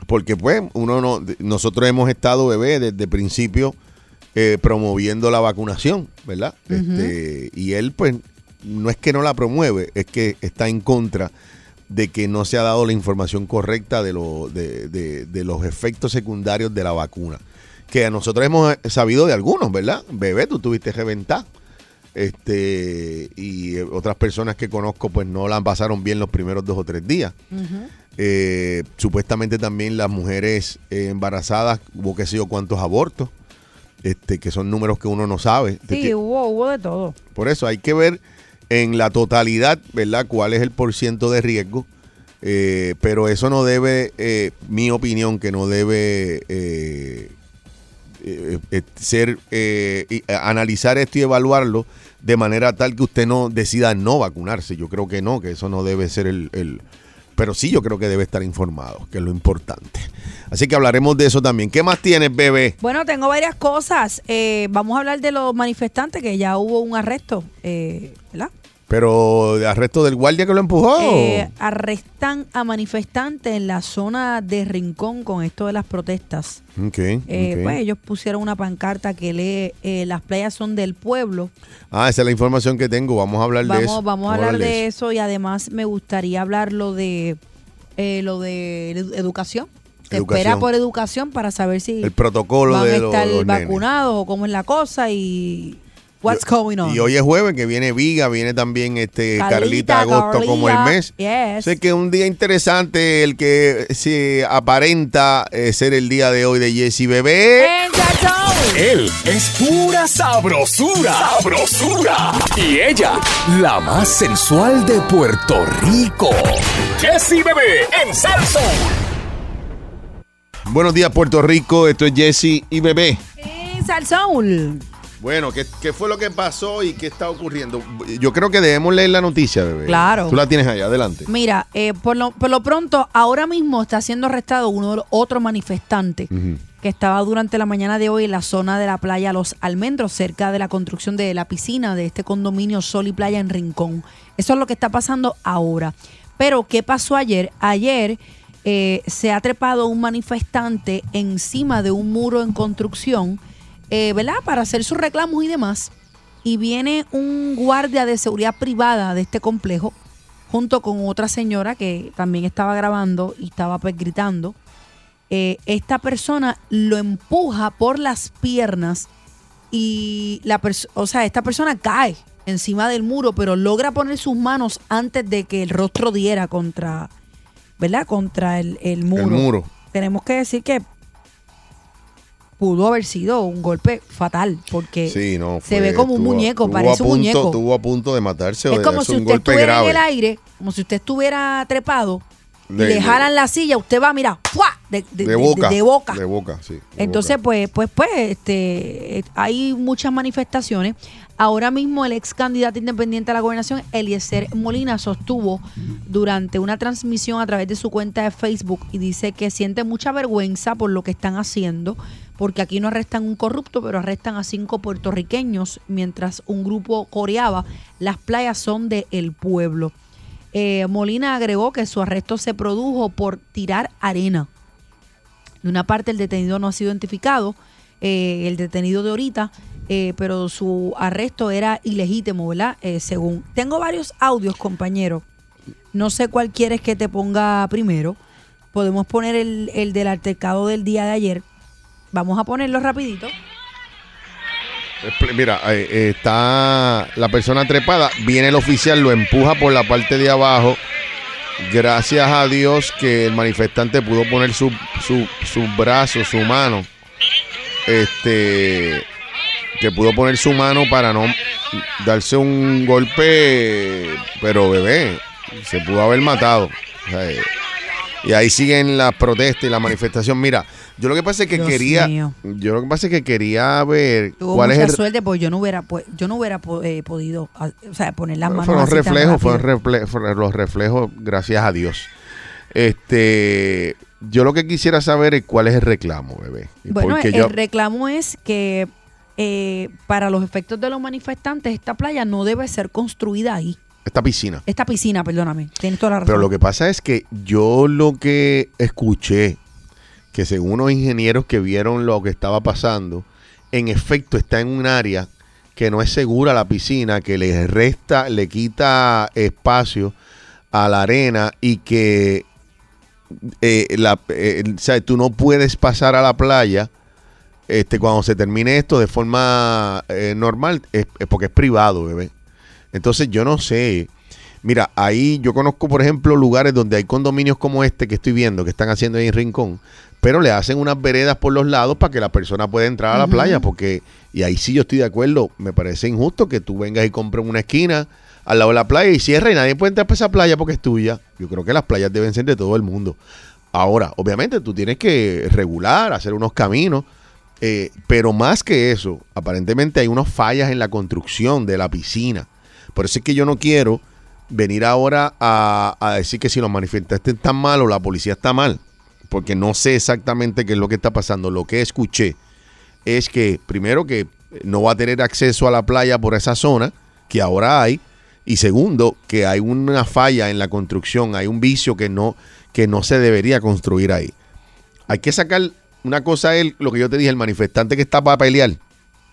Porque pues uno no, nosotros hemos estado bebé desde el principio eh, promoviendo la vacunación, ¿verdad? Este, y él pues no es que no la promueve, es que está en contra de que no se ha dado la información correcta de, lo- de- de- de los efectos secundarios de la vacuna. Que nosotros hemos sabido de algunos, ¿verdad? Bebé, tú tuviste reventar. Este, y eh, otras personas que conozco pues no la pasaron bien los primeros dos o tres días. Eh, supuestamente también las mujeres eh, embarazadas, hubo que sé yo cuántos abortos, este, que son números que uno no sabe. Te- Sí, te- hubo, hubo de todo. Por eso hay que ver en la totalidad, ¿verdad?, cuál es el porciento de riesgo. eh, pero eso no debe, eh, mi opinión, que no debe eh, eh, eh, ser, eh, y- a- analizar esto y evaluarlo de manera tal que usted no decida no vacunarse. Yo creo que no, que eso no debe ser el, el- Pero sí, yo creo que debe estar informado, que es lo importante. Así que hablaremos de eso también. ¿Qué más tienes, bebé? Bueno, tengo varias cosas. Eh, vamos a hablar de los manifestantes, que ya hubo un arresto, eh, ¿verdad? Pero de arresto del guardia que lo empujó. Eh, arrestan a manifestantes en la zona de Rincón con esto de las protestas. Ok, Eh, ok. Pues ellos pusieron una pancarta que lee eh, las playas son del pueblo. Ah, esa es la información que tengo. Vamos a hablar de Vamos, eso. vamos a hablar de eso. y además me gustaría hablar lo de eh, lo de edu- educación. Se espera Educación. por educación para saber si El protocolo van de a los- estar los nenes. vacunados o cómo es la cosa y what's Yo- going on. Y hoy es jueves, que viene Viga, viene también este Carlita, Carlita, Agosto como el Carlita, mes. yes. Sé que es un día interesante el que eh, se aparenta eh, ser el día de hoy de Jesse Bebé. ¡En Chachao! Él es pura sabrosura. Sabrosura. Y ella, la más sensual de Puerto Rico. Jessy Bebé en Salso. Buenos días, Puerto Rico. Esto es Jesse y Bebé. Eh. ¡En Salsoul! Bueno, ¿qué, qué fue lo que pasó y qué está ocurriendo? Yo creo que debemos leer la noticia, Bebé. Claro. Tú la tienes allá, adelante. Mira, eh, por, lo, por lo pronto, ahora mismo está siendo arrestado uno de los- otro manifestante que estaba durante la mañana de hoy en la zona de la playa Los Almendros, cerca de la construcción de la piscina de este condominio Sol y Playa en Rincón. Eso es lo que está pasando ahora. Pero, ¿qué pasó ayer? Ayer eh, se ha trepado un manifestante encima de un muro en construcción, eh, ¿verdad? Para hacer sus reclamos y demás. Y viene un guardia de seguridad privada de este complejo junto con otra señora que también estaba grabando y estaba pues, gritando. Eh, esta persona lo empuja por las piernas y la pers- o sea, esta persona cae encima del muro, pero logra poner sus manos antes de que el rostro diera contra, ¿verdad? Contra el, el muro. muro. Tenemos que decir que pudo haber sido un golpe fatal porque Sí, no. eh, se fue- ve como un estuvo- muñeco, estuvo a parece un punto- muñeco Estuvo a punto de matarse. o es de como darse si un usted golpe estuviera grave. en el aire, como si usted estuviera trepado, y Le- le jalan la silla, usted va, mira, ¡fua! de, de- de de- boca. de boca. De boca, sí. de Entonces, boca. pues, pues, pues, este, eh, hay muchas manifestaciones. Ahora mismo el ex candidato independiente a la gobernación, Eliezer Molina, sostuvo durante una transmisión a través de su cuenta de Facebook y dice que siente mucha vergüenza por lo que están haciendo, porque aquí no arrestan un corrupto, pero arrestan a cinco puertorriqueños, mientras un grupo coreaba, las playas son de el pueblo. Eh, Molina agregó que su arresto se produjo por tirar arena. De una parte, el detenido no ha sido identificado, eh, el detenido de ahorita, eh, pero su arresto era ilegítimo, ¿verdad? Eh, según. Tengo varios audios, compañero. No sé cuál quieres que te ponga primero. Podemos poner el, el del altercado del día de ayer. Vamos a ponerlo rapidito. Esple- Mira, eh, eh, está la persona trepada, viene el oficial, lo empuja por la parte de abajo. Gracias a Dios que el manifestante pudo poner su, su, su brazo, su mano. Este que pudo poner su mano para no darse un golpe, pero bebé, se pudo haber matado. O sea, eh, y ahí siguen las protestas y la manifestación. Mira, yo lo que pasa es que Dios quería, mío. yo lo que pasa es que quería ver Tuvo cuál es mucha el, suerte porque yo no hubiera, pu- yo no hubiera po- eh, podido ah, o sea, poner las manos. fueron así tan reflejos, fueron rápido. refle- fueron los reflejos, gracias a Dios. Este, yo lo que quisiera saber es cuál es el reclamo, bebé. Bueno, Porque el yo, reclamo es que eh, para los efectos de los manifestantes, esta playa no debe ser construida ahí. esta piscina. Esta piscina, perdóname. Tienes toda la razón. Pero lo que pasa es que yo lo que escuché, que según unos ingenieros que vieron lo que estaba pasando, en efecto está en un área que no es segura la piscina, que le resta, le quita espacio a la arena y que eh, la, eh, o sea, tú no puedes pasar a la playa este, cuando se termine esto de forma eh, normal, es- es porque es privado, bebé. Entonces yo no sé. Mira, ahí yo conozco, por ejemplo, lugares donde hay condominios como este que estoy viendo, que están haciendo ahí en Rincón, pero le hacen unas veredas por los lados para que la persona pueda entrar a la playa, porque, y ahí sí yo estoy de acuerdo, me parece injusto que tú vengas y compres una esquina al lado de la playa y cierres y nadie puede entrar para esa playa porque es tuya. Yo creo que las playas deben ser de todo el mundo. Ahora, obviamente tú tienes que regular, hacer unos caminos, eh, pero más que eso, aparentemente hay unas fallas en la construcción de la piscina. Por eso es que yo no quiero venir ahora a, a decir que si los manifestantes están mal o la policía está mal, porque no sé exactamente qué es lo que está pasando. Lo que escuché es que, primero, que no va a tener acceso a la playa por esa zona que ahora hay, y segundo, que hay una falla en la construcción, hay un vicio que no, que no se debería construir ahí. Hay que sacar una cosa es lo que yo te dije, el manifestante que está para pelear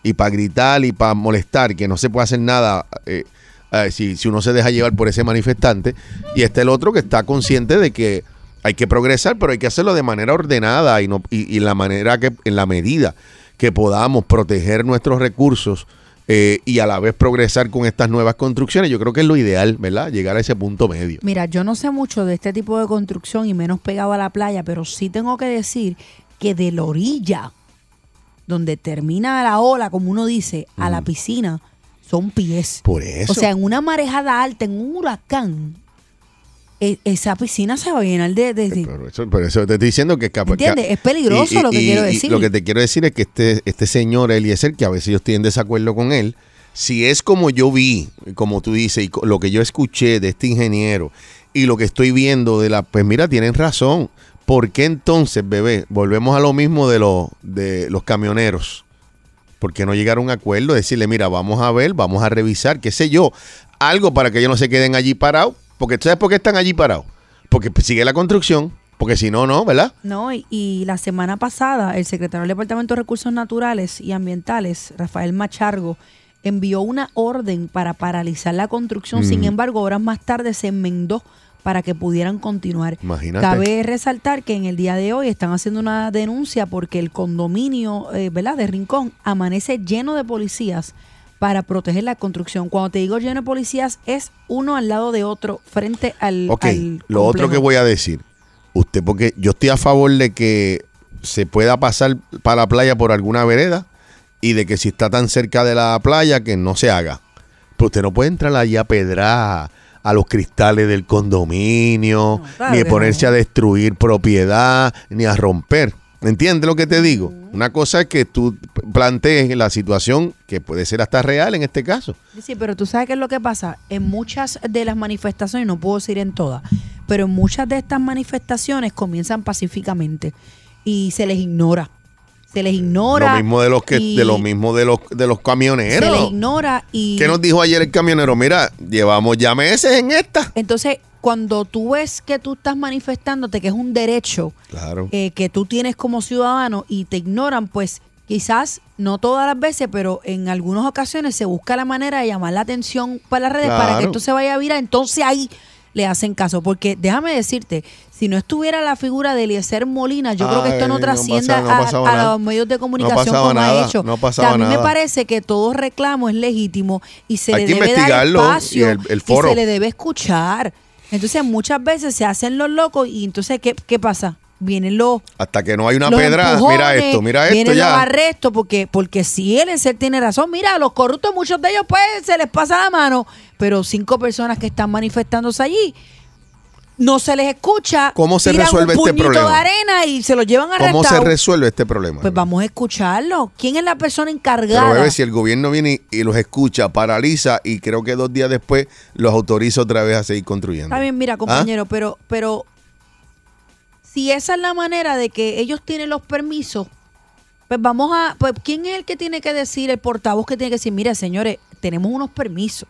y para gritar y para molestar, que no se puede hacer nada eh, eh, si, si uno se deja llevar por ese manifestante. Y está el otro que está consciente de que hay que progresar, pero hay que hacerlo de manera ordenada y, no, y, y la manera que, en la medida que podamos proteger nuestros recursos eh, y a la vez progresar con estas nuevas construcciones. Yo creo que es lo ideal, ¿verdad? Llegar a ese punto medio. Mira, yo no sé mucho de este tipo de construcción y menos pegado a la playa, pero sí tengo que decir que de la orilla, donde termina la ola, como uno dice, a la piscina, son pies. Por eso. O sea, en una marejada alta, en un huracán, e- esa piscina se va a llenar de... de- de- Pero eso, pero eso te estoy diciendo que es capaz. ¿Entiendes? Es peligroso lo que quiero decir. Lo que te quiero decir es que este, este señor Eliezer, que a veces yo estoy en desacuerdo con él, si es como yo vi, como tú dices, y co- lo que yo escuché de este ingeniero y lo que estoy viendo de la. Pues mira, tienen razón. ¿Por qué entonces, bebé? Volvemos a lo mismo de, los de los camioneros. ¿Por qué no llegar a un acuerdo? Decirle, mira, vamos a ver, vamos a revisar, qué sé yo, algo para que ellos no se queden allí parados. Porque ¿tú sabes por qué están allí parados? Porque sigue la construcción. Porque si no, no, ¿verdad? No, y, y la semana pasada el secretario del Departamento de Recursos Naturales y Ambientales, Rafael Machargo, envió una orden para paralizar la construcción. Mm. Sin embargo, horas más tarde se enmendó para que pudieran continuar. Imagínate. Cabe resaltar que en el día de hoy están haciendo una denuncia porque el condominio eh, ¿verdad? de Rincón amanece lleno de policías para proteger la construcción. Cuando te digo lleno de policías, es uno al lado de otro, frente al... Ok, al lo otro que complejo. voy a decir, usted, porque yo estoy a favor de que se pueda pasar para la playa por alguna vereda y de que si está tan cerca de la playa que no se haga. Pero usted no puede entrar allá a pedrar, a los cristales del condominio, No, claro ni de que ponerse no. a destruir propiedad, ni a romper. ¿Entiendes lo que te digo? Una cosa es que tú plantees la situación que puede ser hasta real en este caso. Sí, pero tú sabes qué es lo que pasa. En muchas de las manifestaciones, no puedo decir en todas, pero en muchas de estas manifestaciones comienzan pacíficamente y se les ignora. Se les ignora. Lo mismo de los que y de lo mismo de los de Se les los camioneros. ignora y. ¿Qué nos dijo ayer el camionero? Mira, llevamos ya meses en esta. Entonces, cuando tú ves que tú estás manifestándote, que es un derecho Claro. eh, que tú tienes como ciudadano y te ignoran, pues quizás no todas las veces, pero en algunas ocasiones se busca la manera de llamar la atención para las redes para que Claro. esto se vaya a virar. Entonces ahí le hacen caso. Porque déjame decirte, si no estuviera la figura de Eliezer Molina, yo creo que esto Ay, no no trascienda pasaba- no a- pasaba a, nada. los medios de No comunicación pasaba como ha nada, hecho. no pasaba a mí me nada. parece que todo reclamo es legítimo y se Hay le que debe dar investigarlo, y espacio el- el foro. y se le debe escuchar. Entonces muchas veces se hacen los locos y entonces ¿qué, qué pasa? Vienen los Hasta que no hay una los pedra. empujones, mira esto, mira esto vienen los ya. arrestos porque porque si él ser tiene razón, mira, los corruptos muchos de ellos pues se les pasa la mano, pero cinco personas que están manifestándose allí no se les escucha. ¿Cómo se tiran resuelve un este puñito problema? de arena y se lo llevan ¿Cómo arrestados. se resuelve este problema? Pues vamos a escucharlo. ¿Quién es la persona encargada? Pero bebé, si el gobierno viene y, y los escucha, paraliza y creo que dos días después los autoriza otra vez a seguir construyendo. ¿Ah? Está bien, mira, compañero, pero, pero si esa es la manera de que ellos tienen los permisos, pues vamos a, pues quién es el que tiene que decir, el portavoz que tiene que decir, mira, señores, tenemos unos permisos.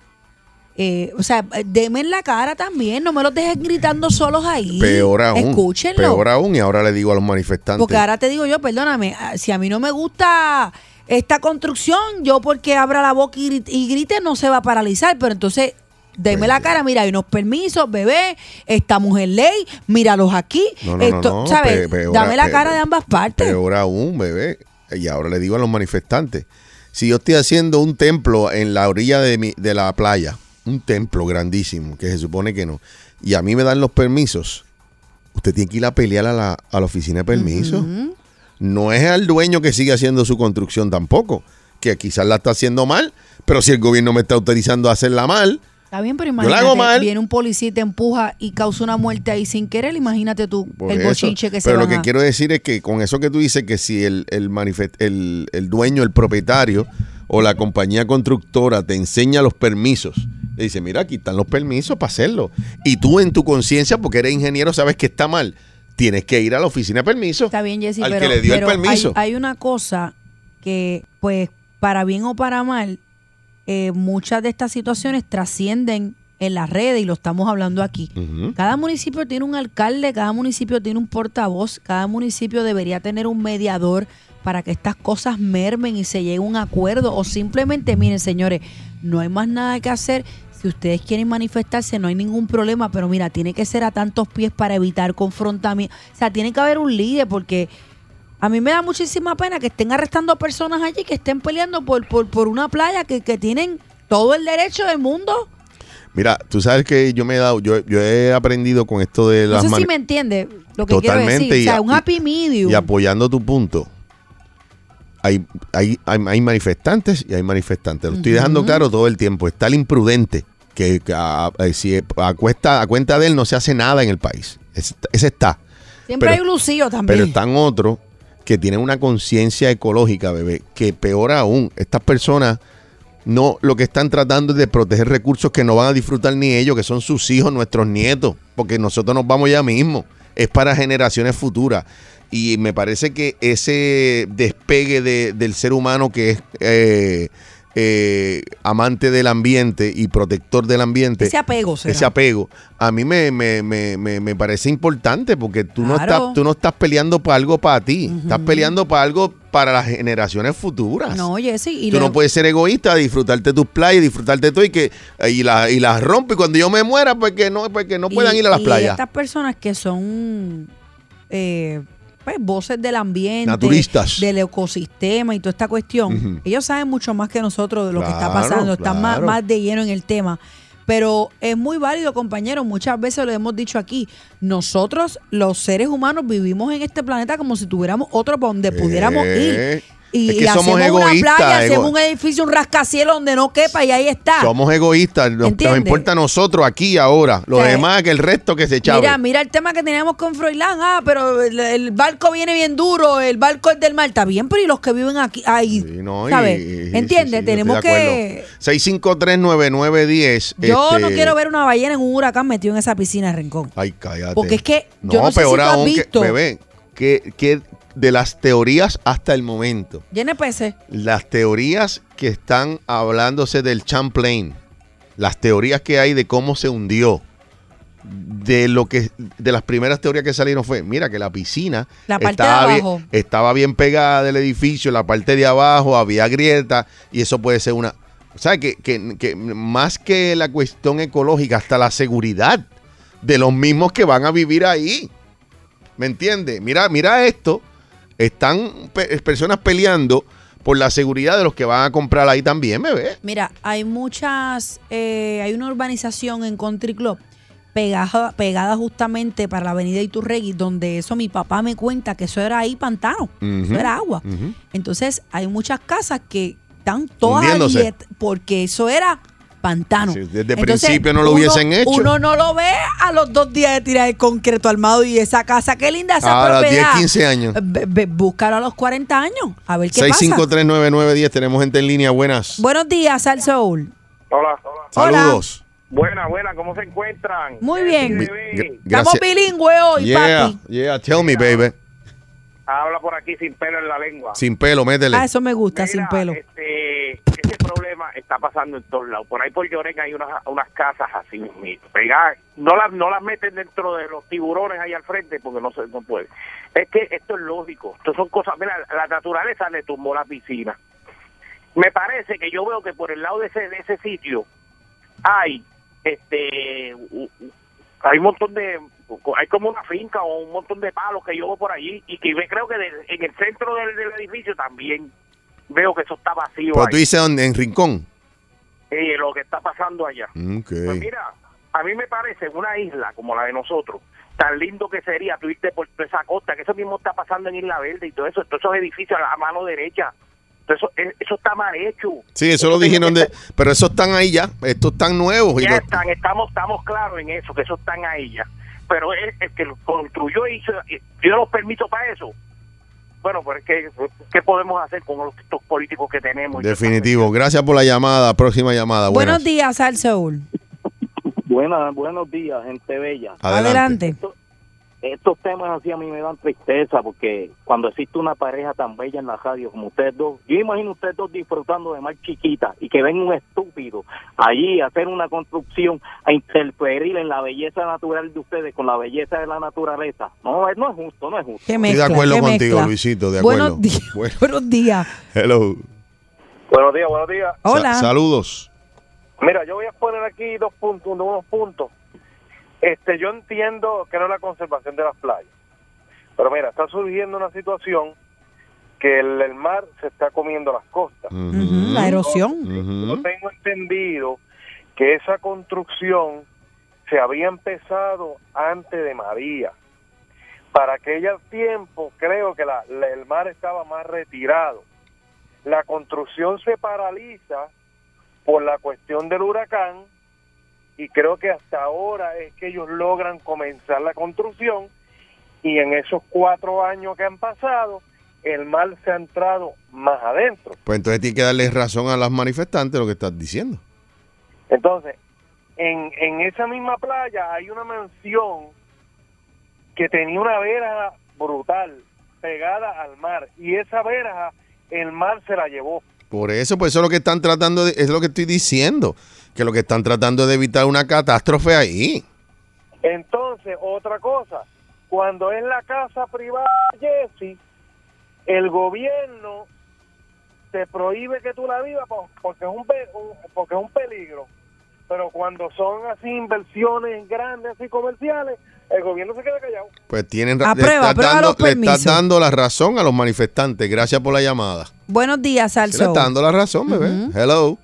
Eh, o sea, eh, deme en la cara también, no me los dejes gritando solos ahí. Peor aún. Escúchenlo. Peor aún. Y ahora le digo a los manifestantes. Porque ahora te digo yo, perdóname, ah, si a mí no me gusta esta construcción, yo porque abra la boca y gri- y grite no se va a paralizar, pero entonces deme Pues, la cara, mira, hay unos permisos, bebé, estamos en ley, míralos aquí, No, no, esto, no, no, ¿sabes? pe- peor- Dame la pe- cara de ambas partes. Peor aún, bebé. Y ahora le digo a los manifestantes. Si yo estoy haciendo un templo en la orilla de, mi- de la playa, un templo grandísimo, que se supone que no, y a mí me dan los permisos, usted tiene que ir a pelear a la, a la oficina de permisos. No es al dueño que sigue haciendo su construcción tampoco, que quizás la está haciendo mal, pero si el gobierno me está autorizando a hacerla mal, Está bien, pero la hago imagínate, mal. viene un policía y te empuja y causa una muerte ahí sin querer, imagínate tú Por el eso. bochinche que se Pero lo van que a- quiero decir es que con eso que tú dices, que si el, el, manifest- el, el dueño, el propietario o la compañía constructora te enseña los permisos, te dice, mira, aquí están los permisos para hacerlo. Y tú en tu conciencia, porque eres ingeniero, sabes que está mal. Tienes que ir a la oficina de permisos. Está bien, Jessy, Al pero, que le dio el pero hay- permiso. Hay, una cosa que, pues, para bien o para mal, eh, muchas de estas situaciones trascienden en las redes y lo estamos hablando aquí. Ujú. Cada municipio tiene un alcalde, cada municipio tiene un portavoz, cada municipio debería tener un mediador para que estas cosas mermen y se llegue a un acuerdo o simplemente, miren señores, no hay más nada que hacer. Si ustedes quieren manifestarse, no hay ningún problema, pero mira, tiene que ser a tantos pies para evitar confrontamiento. O sea, tiene que haber un líder porque a mí me da muchísima pena que estén arrestando personas allí, que estén peleando por, por, por una playa que, que tienen todo el derecho del mundo. Mira, tú sabes que yo me he dado, yo, yo he aprendido con esto de No las sé si mani- me entiende lo que quiero Totalmente, decir. O y sea, a- un happy medium. Y apoyando tu punto, hay, hay, hay, hay manifestantes y hay manifestantes. Lo estoy dejando claro todo el tiempo. Está el imprudente, que, que a, a- si a, cuesta, a cuenta de él no se hace nada en el país. Ese, está- ese está. Siempre pero- hay un lucillo también. Pero están otros que tienen una conciencia ecológica, bebé, que peor aún, estas personas no lo que están tratando es de proteger recursos que no van a disfrutar ni ellos, que son sus hijos, nuestros nietos, porque nosotros nos vamos ya mismo, es para generaciones futuras. Y me parece que ese despegue de- del ser humano que es eh, eh, amante del ambiente y protector del ambiente, ese apego será. ese apego. A mí me, me- me- me- me parece importante porque tú, no Claro. estás, tú no estás peleando para algo para ti, estás peleando para algo para las generaciones futuras. No, Jessy. Y tú lo- no puedes ser egoísta, disfrutarte tus playas, disfrutarte todo y que y las y las rompe y cuando yo me muera porque no porque no y- puedan ir a las y playas. estas personas que son eh, pues, voces del ambiente. Naturistas. Del ecosistema y toda esta cuestión. Ujú. Ellos saben mucho más que nosotros de lo que está Claro, pasando. Están más, claro. más de lleno en el tema. Pero es muy válido, compañero. Muchas veces lo hemos dicho aquí. Nosotros, los seres humanos, vivimos en este planeta como si tuviéramos otro para donde pudiéramos ir. Eh, Y, Es que y somos hacemos una egoístas, playa, hacemos ego- un edificio, un rascacielos donde no quepa y ahí está. Somos egoístas, nos, nos ¿Entiendes? importa a nosotros aquí y ahora. Lo Sí. demás que el resto que se chave. Mira, mira el tema que teníamos con Froilán. Ah, pero el, el barco viene bien duro, el barco es del mar. Está bien, pero ¿y los que viven aquí? Ahí, Sí, no, y- ¿sabes? y- sí, ¿Entiendes? sí, yo Tenemos estoy de que... acuerdo. 6539910. Yo no este, quiero ver una ballena en un huracán metido en esa piscina de rincón. Ay, cállate. Porque es que yo no sé si tú has visto. que, bebé, que, que de las teorías hasta el momento, Llene peces. las teorías que están hablándose del Champlain, las teorías que hay de cómo se hundió, de lo que de las primeras teorías que salieron fue, mira que la piscina La parte de estaba, abajo. bien, estaba bien pegada del edificio, la parte de abajo había grietas y eso puede ser una, o sea, que, que- que más que la cuestión ecológica, hasta la seguridad de los mismos que van a vivir ahí. ¿Me entiendes? Mira, mira esto. Están pe- personas peleando por la seguridad de los que van a comprar ahí también, bebé. Mira, hay muchas, eh, hay una urbanización en Country Club pegada, pegada justamente para la avenida Iturregui, donde eso mi papá me cuenta que eso era ahí pantano, eso Ujú. era agua. Ujú. Entonces hay muchas casas que están todas Hundiéndose. abiet- porque eso era pantano. Sí, desde principio no lo uno- hubiesen hecho. Uno no lo ve a los dos días de tirar el concreto armado y esa casa, qué linda esa A los propiedad. 10, 15 años. Ve- ve- búscalo a los 40 años, a ver qué pasa. 6539910, tenemos gente en línea, buenas. Buenos días, Al Soul. Hola. Saludos. Buena, buena, ¿cómo se encuentran? Eh, Muy bien. Sí, Gra- sí. Estamos gracias. bilingües hoy, Yeah, papi. yeah, tell me, baby. Habla por aquí sin pelo en la lengua. Sin pelo, métele. Ah, eso me gusta, Mira, sin eh, pelo. Este, ese problema está pasando en todos lados. Por ahí por Lloren hay unas, unas casas así mismito. Pegadas. No las, no las meten dentro de los tiburones ahí al frente porque no se no puede. Es que esto es lógico. Esto son cosas. Mira, la naturaleza le tumbó la piscina. Me parece que yo veo que por el lado de ese, de ese sitio hay este u- u- hay un montón de hay como una finca o un montón de palos que yo veo por allí y que ve- creo que de- en el centro del, del edificio también veo que eso está vacío Pero ahí. tú dices ¿dónde? en Rincón. Eh, lo que está pasando allá Mm, Ok. pues mira a mí me parece una isla como la de nosotros tan lindo que sería tú irte por toda esa costa que eso mismo está pasando en Isla Verde y todo eso todos esos edificios a la mano derecha todo eso eh, eso está mal hecho Sí, eso lo tenía dijeron que de... Pero esos están ahí ya, estos están nuevos. y Ya los- están, estamos, estamos claros en eso, que eso están ahí ya. Pero el, el que lo construyó y hizo, y dio los permisos para eso. Bueno, pero es que, ¿qué podemos hacer con los, estos políticos que tenemos? Definitivo. Gracias por la llamada. Próxima llamada. Buenos Buenas. días, Al Soul. Buenas, buenos días, gente bella. Adelante. Estos temas así a mí me dan tristeza porque cuando existe una pareja tan bella en la radio como ustedes dos, yo imagino ustedes dos disfrutando de más chiquita y que ven un estúpido allí a hacer una construcción, a interferir en la belleza natural de ustedes con la belleza de la naturaleza. No, es- no es justo, no es justo. Qué Estoy de mezcla, acuerdo qué contigo, mezcla. Luisito, de acuerdo. Buenos días. Bueno. Buenos días. Hello. Buenos días, buenos días. Sa- Hola. saludos. Mira, yo voy a poner aquí dos puntos, unos puntos. Este, yo entiendo que no es la conservación de las playas, pero mira, está surgiendo una situación que el, el mar se está comiendo las costas. Ujú. Ujú, La erosión. Ujú. Yo tengo entendido que esa construcción se había empezado antes de María. Para aquel tiempo creo que la- la- el mar estaba más retirado. La construcción se paraliza por la cuestión del huracán y creo que hasta ahora es que ellos logran comenzar la construcción y en esos cuatro años que han pasado el mar se ha entrado más adentro. Pues entonces tiene que darle razón a las manifestantes lo que estás diciendo. Entonces, en, en esa misma playa hay una mansión que tenía una verja brutal pegada al mar y esa verja el mar se la llevó. Por eso, pues eso es lo que están tratando, de- es lo que estoy diciendo, que lo que están tratando es de evitar una catástrofe ahí. Entonces, otra cosa, cuando es la casa privada de Jesse, el gobierno te prohíbe que tú la vivas po- porque es un, pe- un- porque es un peligro. Pero cuando son así inversiones grandes, así comerciales, el gobierno se queda callado. Pues tienen ra- Aprueba, aprueba dando, los le estás permisos. dando la razón a los manifestantes. Gracias por la llamada. Buenos días, Al Sí, le Soul. está dando la razón, bebé. Ujú. Hello.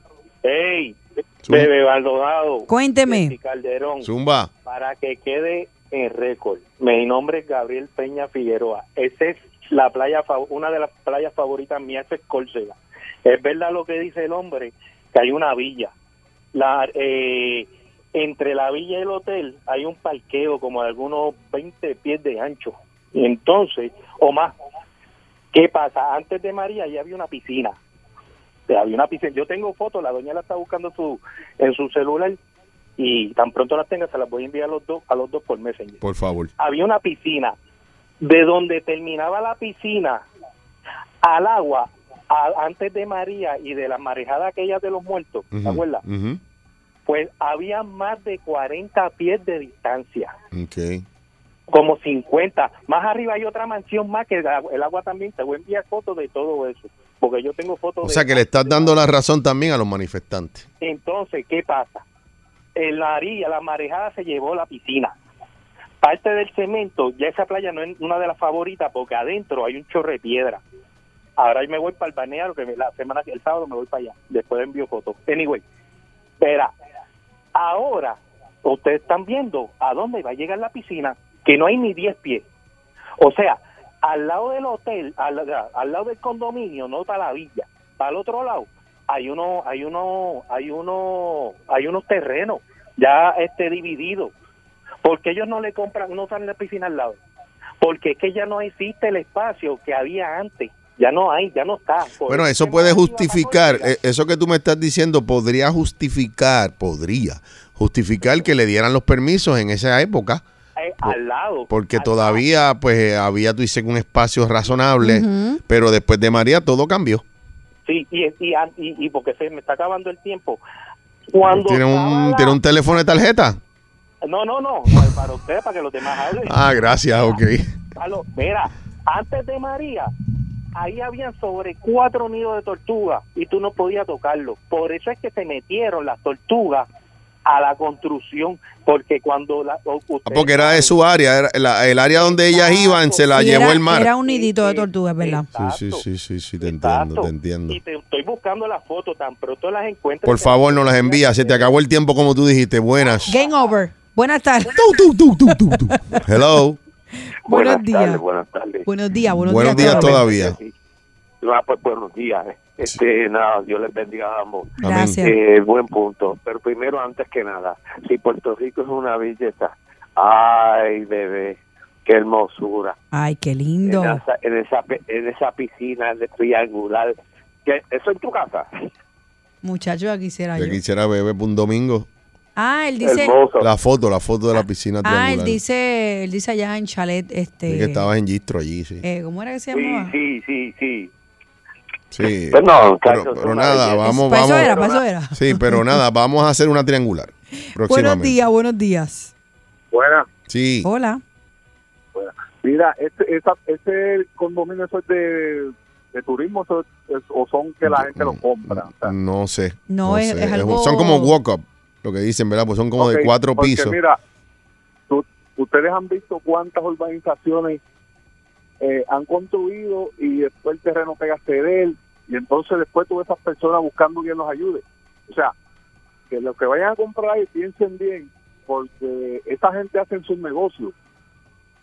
¡Ey! Zumba. Baldonado, Cuénteme. Calderón, Zumba. para que quede en récord. Mi nombre es Gabriel Peña Figueroa. Esa es la playa, fav- una de las playas favoritas mías, esa es Córcega. Es verdad lo que dice el hombre, que hay una villa. La, eh, entre la villa y el hotel hay un parqueo como de algunos 20 pies de ancho. Y entonces, o más, ¿qué pasa? Antes de María ya había una piscina. O sea, Había una piscina. Yo tengo fotos, la doña la está buscando su, en su celular y tan pronto las tenga se las voy a enviar a los dos, a los dos por Messenger. Por favor. Había una piscina. De donde terminaba la piscina al agua, a- antes de María y de la marejada aquella de los muertos, ¿te Ujú, acuerdas? ujú. Pues había más de 40 pies de distancia, Ok. como 50. Más arriba hay otra mansión más que el agua- el agua también. Te voy a enviar fotos de todo eso, porque yo tengo fotos O de sea que le estás dando la razón también a los manifestantes. Entonces, ¿qué pasa? En la orilla, la marejada se llevó la piscina. Parte del cemento, ya esa playa no es una de las favoritas porque adentro hay un chorre de piedra. Ahora yo me voy para el balneario, que me- la semana, el sábado me voy para allá. Después envío fotos. Anyway, espera. Ahora, ustedes están viendo a dónde va a llegar la piscina, que no hay ni 10 pies. O sea, al lado del hotel, al, al lado del condominio, no para la villa, para el otro lado, hay uno, hay uno, hay uno, hay unos terrenos ya este divididos. porque ellos no le compran, no salen la piscina al lado? Porque es que ya no existe el espacio que había antes, ya no hay, ya no está. Por Bueno, eso que puede más arriba, más justificar, arriba. eh, eso que tú me estás diciendo podría justificar, podría justificar que le dieran los permisos en esa época, Eh, al lado. porque al lado. todavía pues eh, había, tú dices, un espacio razonable, Ujú. pero después de María todo cambió. Sí, y, y, y, y porque se me está acabando el tiempo. Cuando ¿Tiene estaba un, la- ¿Tiene un teléfono de tarjeta? No, no, no, no, para usted, para que los demás hablen. Ah, gracias, ok. Pablo, mira, antes de María, ahí habían sobre cuatro nidos de tortuga y tú no podías tocarlo. Por eso es que se metieron las tortugas a la construcción, porque cuando la... o- Ah, ustedes Ah, porque era de su área, era la- el área donde ellas iban se la Sí, llevó era- el mar. Era un nidito de tortuga, es verdad. Exacto, Sí, sí, sí, sí, sí, te exacto. entiendo, te entiendo. Y te estoy buscando las fotos, tan pronto las encuentres. Por favor, no las envías, se te acabó el tiempo como tú dijiste. Buenas. Game over. Buenas tardes. Tu, tu, tu, tu, tu. Hello. Buenos buenas días. tardes, buenas tardes. Buenos días, buenos, Buenos días a todos. todavía. Buenos Sí. Ah, pues buenos días. Este, nada, Dios les bendiga a ambos. Amén. Gracias. Eh, buen punto. Pero primero, antes que nada, si Puerto Rico es una belleza, ay, bebé, qué hermosura. Ay, qué En lindo. esa, en esa, pe- en esa piscina de triangular. ¿Qué? ¿Eso en tu casa? Muchacho, aquí será Yo yo. quisiera beber por un domingo. Ah, él dice. Hermoso. La foto, la foto de la piscina Ah, él triangular. dice, él dice allá en Chalet, este. Sí, que estabas en Gistro allí, sí. eh, ¿Cómo era que se Sí, llamaba? sí, sí, sí. Sí. Pues no, muchachos, Pero, pero son una nada, belleza. vamos, Para eso vamos. era, para eso era. Sí, pero nada, vamos a hacer una triangular. Buenos Próximamente. días, buenos días. Buena. Sí. Hola. Mira, este, esa, ese condominio eso es de, de turismo eso es- o son que la gente lo compra. O sea, No sé. No, es- sé. es algo- Son como walk-up, lo que dicen, ¿verdad? Pues son como de ok, cuatro porque pisos. Mira, tú- ustedes han visto cuántas urbanizaciones eh, han construido y después el terreno pega a ceder y entonces después tú ves esas personas buscando quien los ayude. O sea, que los que vayan a comprar ahí piensen bien porque esta gente hace sus negocios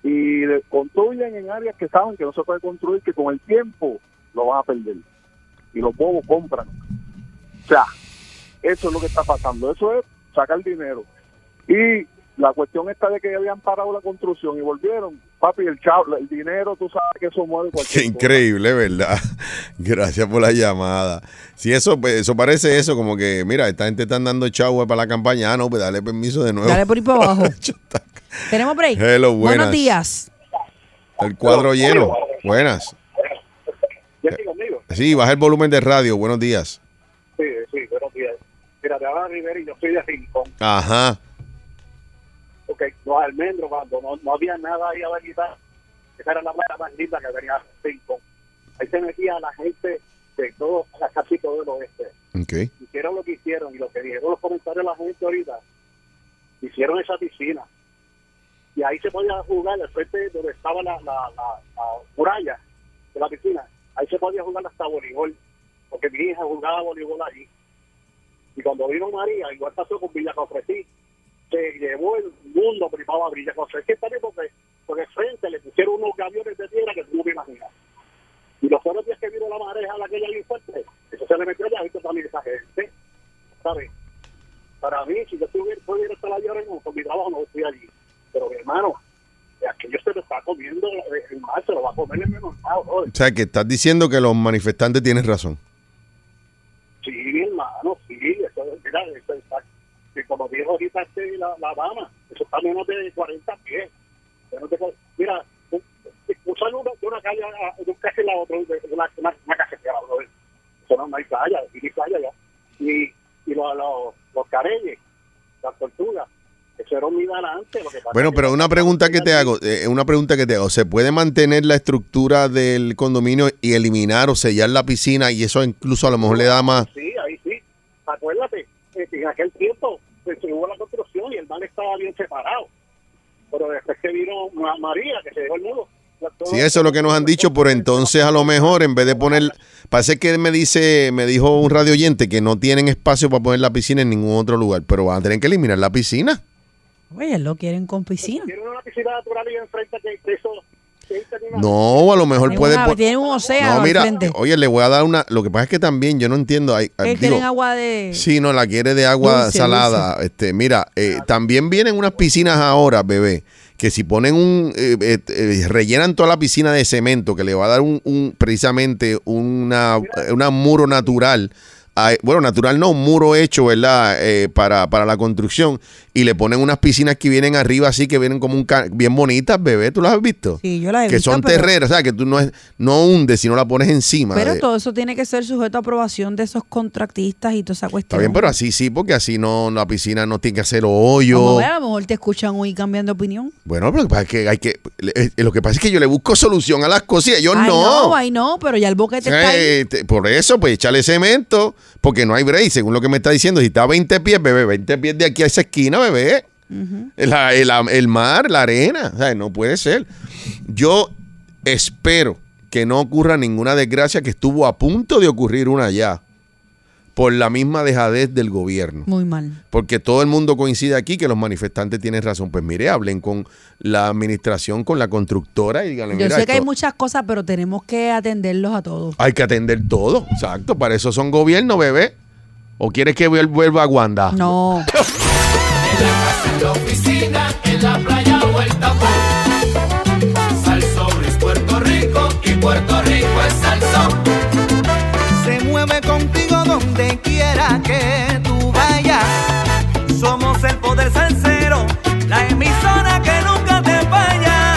y le- construyen en áreas que saben que no se puede construir, que con el tiempo lo van a perder. Y los bobos compran. O sea, eso es lo que está pasando. Eso es sacar dinero. Y la cuestión está de que ya habían parado la construcción y volvieron. Papi, el chavo, el dinero, tú sabes que eso mueve Qué cualquier cosa. increíble, ¿verdad? Gracias por la llamada. Si eso, pues, eso parece eso, como que, mira, esta gente están dando chavo para la campaña. Ah, no, pues dale permiso de nuevo. Dale por ahí para abajo. Chuta. Tenemos break. Hello, buenas. buenos días. El cuadro lleno. Buenas. Sí, baja el volumen de radio. Buenos días. Sí, sí, buenos días. Mira, te habla Rivera y yo soy de Rincón. Ajá. porque los almendros, cuando no, no había nada ahí a la mitad, esa era la playa más linda que tenía Rincón. Ahí se metía la gente de todo, casi todo el oeste. Ok. Hicieron lo que hicieron y lo que dijeron los comentarios de la gente ahorita, hicieron esa piscina. Y ahí se podía jugar, al frente donde estaba la, la, la- la muralla de la piscina, ahí se podía jugar hasta voleibol, porque mi hija jugaba voleibol allí. Y cuando vino María, igual pasó con Villa Cofresí, que llevó el mundo privado a brillar. O sea, es que está bien porque, porque frente le pusieron unos gaviones de tierra que tú no me imaginas. Y los otros días que vino la pareja, la que ella bien fuerte, eso se le metió la gente también esa gente. ¿Sabes? Para mí, si yo tuviera, pudiera estar allí ahora mismo, por mi trabajo no estoy allí. Pero mi hermano, aquello se lo está comiendo eh, el mar, se lo va a comer el menos O sea, que estás diciendo que los manifestantes tienen razón. Sí, hermano, sí, eso, mira, eso está, y como dijo ahorita este, la, la dama, eso está a menos de 40 pies. Menos de cua- mira, un, un saludo de una calle, a, de un calle a la otra, de una, una, una cafetera, brother. Eso no, no hay playa, aquí no hay playa ya. Y, y los, los, los careyes, las tortugas, eso era un nivel antes. Lo que pasa Bueno, que- pero una pregunta que te hago, eh, una pregunta que te hago, ¿se puede mantener la estructura del condominio y eliminar o sellar la piscina y eso incluso a lo mejor le da más? Sí, ahí sí. Acuérdate, eh, en aquel tiempo pues, se hubo la construcción y el mar estaba bien separado. Pero después que vino Ma- María, que se dejó el muro. ya todo- Sí, eso es lo que nos han dicho, por entonces a lo mejor en vez de poner, parece que me dice, me dijo un radio oyente que no tienen espacio para poner la piscina en ningún otro lugar, pero van a tener que eliminar la piscina. Oye, lo quieren con piscina. Tiene una piscina natural ahí enfrente que que eso... que ahí tenía una- No, a lo mejor Tienen puede una- po- tienen un océano No, mira, al frente. oye, le voy a dar una, lo que pasa es que también yo no entiendo, hay, Que digo, quieren agua de... Sí, no, la quiere de agua Dulce, salada. Este, mira, eh, también vienen unas piscinas ahora, bebé, que si ponen un, eh, eh, eh, rellenan toda la piscina de cemento, que le va a dar un, un- precisamente una, eh, una muro natural. Ah, eh, Bueno, natural no, un muro hecho, ¿verdad? Eh, para, para la construcción. Y le ponen unas piscinas que vienen arriba así, que vienen como un... ca- Bien bonitas, bebé, ¿tú las has visto? Sí, yo la he que visto, son pero- terreras, o sea, que tú no, es, no hundes, sino la pones encima. Pero de- todo eso tiene que ser sujeto a aprobación de esos contractistas y toda esa Está cuestión. bien, pero así sí, porque así no la piscina no tiene que hacer Vamos hoyo. a ver, a lo mejor te escuchan hoy cambiando opinión. Bueno, pero lo que pasa es que hay que eh, lo que pasa es que yo le busco solución a las cosas y ellos Ay, no. ay, no, pero ya el boquete está ahí. Eh, te- por eso, pues echarle cemento, porque no hay break, según lo que me está diciendo. Si está a 20 pies, bebé, 20 pies de aquí a esa esquina, bebé. La- el, el mar, la arena, o sea, no puede ser. Yo espero que no ocurra ninguna desgracia que estuvo a punto de ocurrir una ya por la misma dejadez del gobierno Muy mal. porque todo el mundo coincide aquí que los manifestantes tienen razón. Pues mire, hablen con la administración, con la constructora y díganle, Yo mira, sé que hay esto- muchas cosas, pero tenemos que atenderlos a todos. hay que atender todo. Exacto, para eso son gobierno, bebé. ¿O quieres que vuel- vuelva a Wanda? No. la oficina, en la playa o el tapón. Sal Soul es Puerto Rico y Puerto Rico es salsón. Se mueve contigo donde quiera que tú vayas. Somos el poder salsero, la emisora que nunca te falla.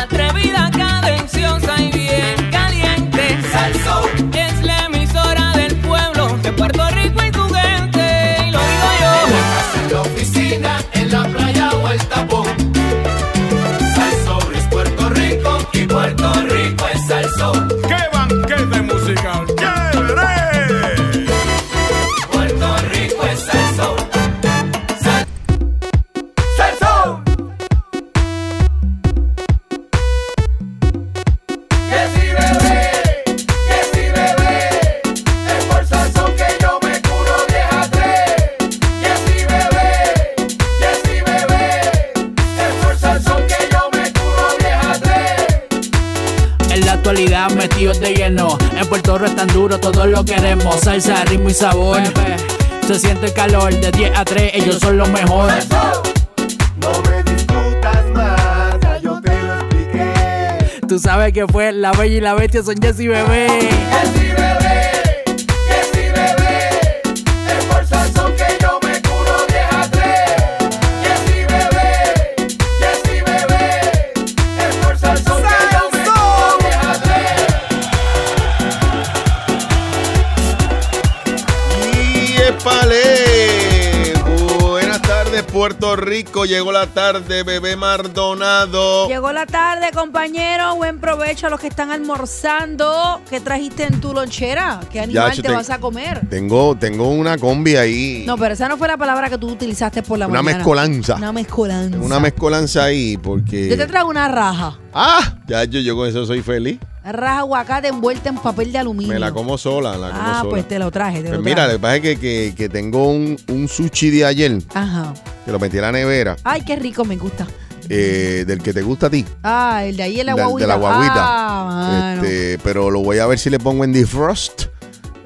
Atrevida, cadenciosa y bien caliente. Salsón, Es la emisora del pueblo de Puerto Rico y su gente. Y lo digo yo. la oficina, en la playa o el tapón. Sal Soul es Puerto Rico y Puerto Rico es salsón. ¡Qué banquete musical! ¡Chévere! Puerto Rico es salsón. Sal- Salsón. Que si bebé, que si bebé, es por salsón que yo me curo 10 a 3. Que si bebé, que si bebé, es por salsón que yo me curo 10 a 3. En la actualidad metidos de lleno En Puerto Rico es tan duro, todos lo queremos Salsa, ritmo y sabor Se siente el calor, de 10 a 3 ellos son los mejores No me discutas más, ya yo te lo expliqué. Tú sabes que fue La Bella y la Bestia son Jessy Bebé Que si bebé, que si bebé, es por salsón que yo me curo 10 a 3. Que si bebé, que si bebé, es por salsón que yo me curo 10 a 3. ¡Yepale! Buenas tardes, Puerto Rico. Llegó la tarde, bebé Mardonado. Llegó la tarde, compañero. Buen provecho a los que están almorzando. ¿Qué trajiste en tu lonchera? ¿Qué animal yo te, te- vas a comer? Tengo, tengo una combi ahí. No, pero esa no fue la palabra que tú utilizaste por la una mañana. mezcolanza. Una mezcolanza. Una mezcolanza ahí porque... Yo te traigo una raja. ¡Ah! Ya yo, yo con eso soy feliz. Raja aguacate envuelta en papel de aluminio. Me la como sola, la como Ah, sola. pues te lo traje, te Pues lo mira, traje. lo que pasa es que, que- que tengo un, un sushi de ayer Ajá. que lo metí en la nevera, Ay, qué rico, me gusta. eh, del que te gusta a ti. Ah, el de ahí en la Del- guaguita. de la guaguita. Ah, mano. Este, pero lo voy a ver si le pongo en defrost.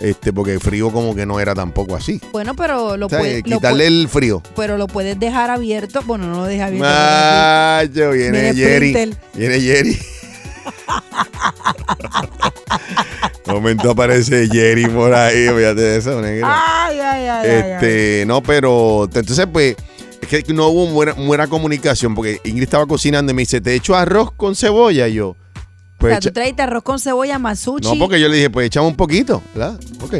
Este, porque frío como que no era tampoco así. Bueno, pero lo, O sea, eh, puedes, lo quitarle puedes- el frío. pero lo puedes dejar abierto. Bueno, no lo dejas abierto. Ah, Macho, viene Viene Jerry. Sprinter. Viene Jerry. De momento aparece Jerry por ahí, fíjate de eso, negro. Ay, ay, Ah, ay, ay, ay. Este, no, pero t- entonces pues es que no hubo buena, buena comunicación porque Ingrid estaba cocinando y me dice, "Te echo arroz con cebolla." Y yo, o pues sea, tú echa- traiste arroz con cebolla, masuchi. no, porque yo le dije, "Pues echamos un poquito." ¿Verdad? Ok.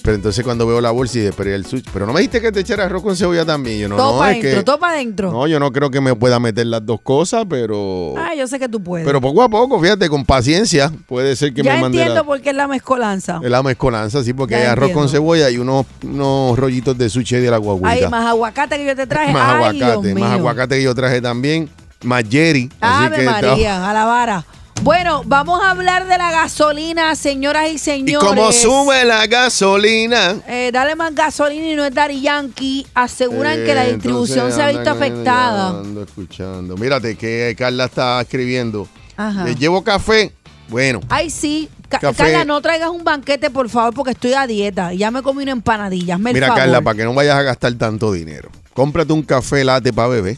Pero entonces cuando veo la bolsa y dije, pero ¿y el sushi, pero no me dijiste que te echara arroz con cebolla también. Y Yo no, todo no, para es que adentro, todo para adentro. no, yo no creo que me pueda meter las dos cosas, pero Ah, yo sé que tú puedes. pero poco a poco, fíjate, con paciencia, puede ser que ya me mande entiendo la, por qué es la mezcolanza. la mezcolanza, sí, porque Ya hay arroz con entiendo. cebolla y unos, unos rollitos de sushi de la guaguita. Ay, más aguacate que yo te traje. Más Ay, aguacate, Dios más mío. aguacate que yo traje también, más Jerry. así Ave que estaba- María, a la vara. Bueno, vamos a hablar de la gasolina, señoras y Y señores. como sube la gasolina. Eh, dale más gasolina y no es Dari Yankee. Aseguran que la Eh, distribución entonces se ha visto andan ahí afectada. Ando escuchando. Mírate que Carla está escribiendo. Ajá. Les llevo café. Bueno, Ay, sí. Ca- Café. Carla, no traigas un banquete, por favor, porque estoy a dieta. Ya me comí una empanadilla. Hazme el Mira, favor. Carla, para que no vayas a gastar tanto dinero, cómprate un café latte para bebé.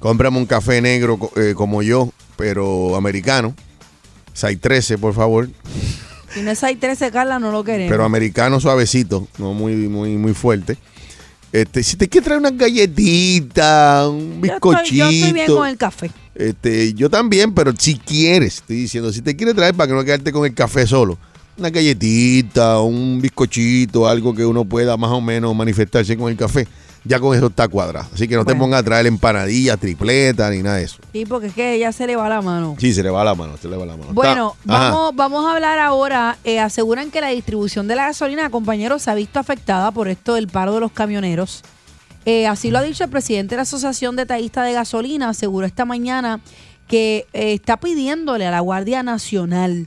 Cómprame un café negro co- eh, como yo, pero americano. 613, por favor. Si no es 613, Carla, no lo queremos. Pero americano suavecito, no muy, muy, muy fuerte. Este, si te quieres traer unas galletitas, un Yo estoy- bizcochito. Yo estoy bien con el café. Este, yo también, pero si quieres, estoy diciendo, si te quieres traer para que no quedarte con el café solo, una galletita, un bizcochito, algo que uno pueda más o menos manifestarse con el café, ya con eso está cuadrado. Así que no te Bueno. pongas a traer empanadillas, tripletas, ni nada de eso. Sí, porque es que ya se le va la mano. Sí, se le va la mano, se le va la mano. Bueno, Está- ajá. vamos, vamos a hablar ahora. Eh, aseguran que la distribución de la gasolina, compañeros, se ha visto afectada por esto del paro de los camioneros. Eh, así lo ha dicho el presidente de la Asociación Detallista de Gasolina, aseguró esta mañana que eh, está pidiéndole a la Guardia Nacional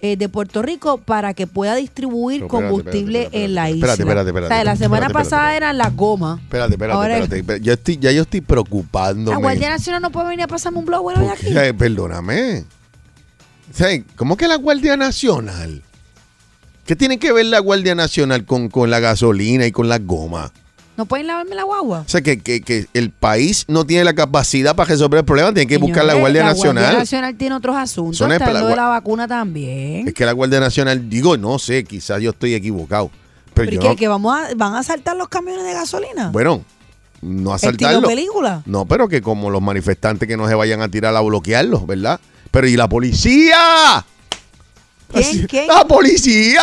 eh, de Puerto Rico para que pueda distribuir Pero espérate, combustible espérate, espérate, en la espérate, isla. espérate, espérate, espérate, O sea, la espérate, semana espérate, pasada eran las gomas. Espérate, espérate, Ahora- espérate, espérate. Yo estoy, ya yo estoy preocupándome. La Guardia Nacional no puede venir a pasarme un blow bueno de aquí. Porque, eh, perdóname. O sea, ¿Cómo que la Guardia Nacional? ¿Qué tiene que ver la Guardia Nacional con, con la gasolina y con las gomas? No pueden lavarme la guagua. O sea, que, que- que el país no tiene la capacidad para resolver el problema, tiene que buscar la Señores, Guardia La Nacional. Guardia Nacional tiene otros asuntos. Son está espe- hablando la de gua- la vacuna también. Es que la Guardia Nacional, digo, no sé, quizás yo estoy equivocado. Pero, Pero yo que, no- que vamos a, van a saltar los camiones de gasolina. bueno, no Estilo asaltarlo. película. No, pero que como los manifestantes que no se vayan a tirar a bloquearlos, ¿verdad? Pero ¿y la policía? ¿Quién? Así- Ah. ¿Quién? ¡La policía!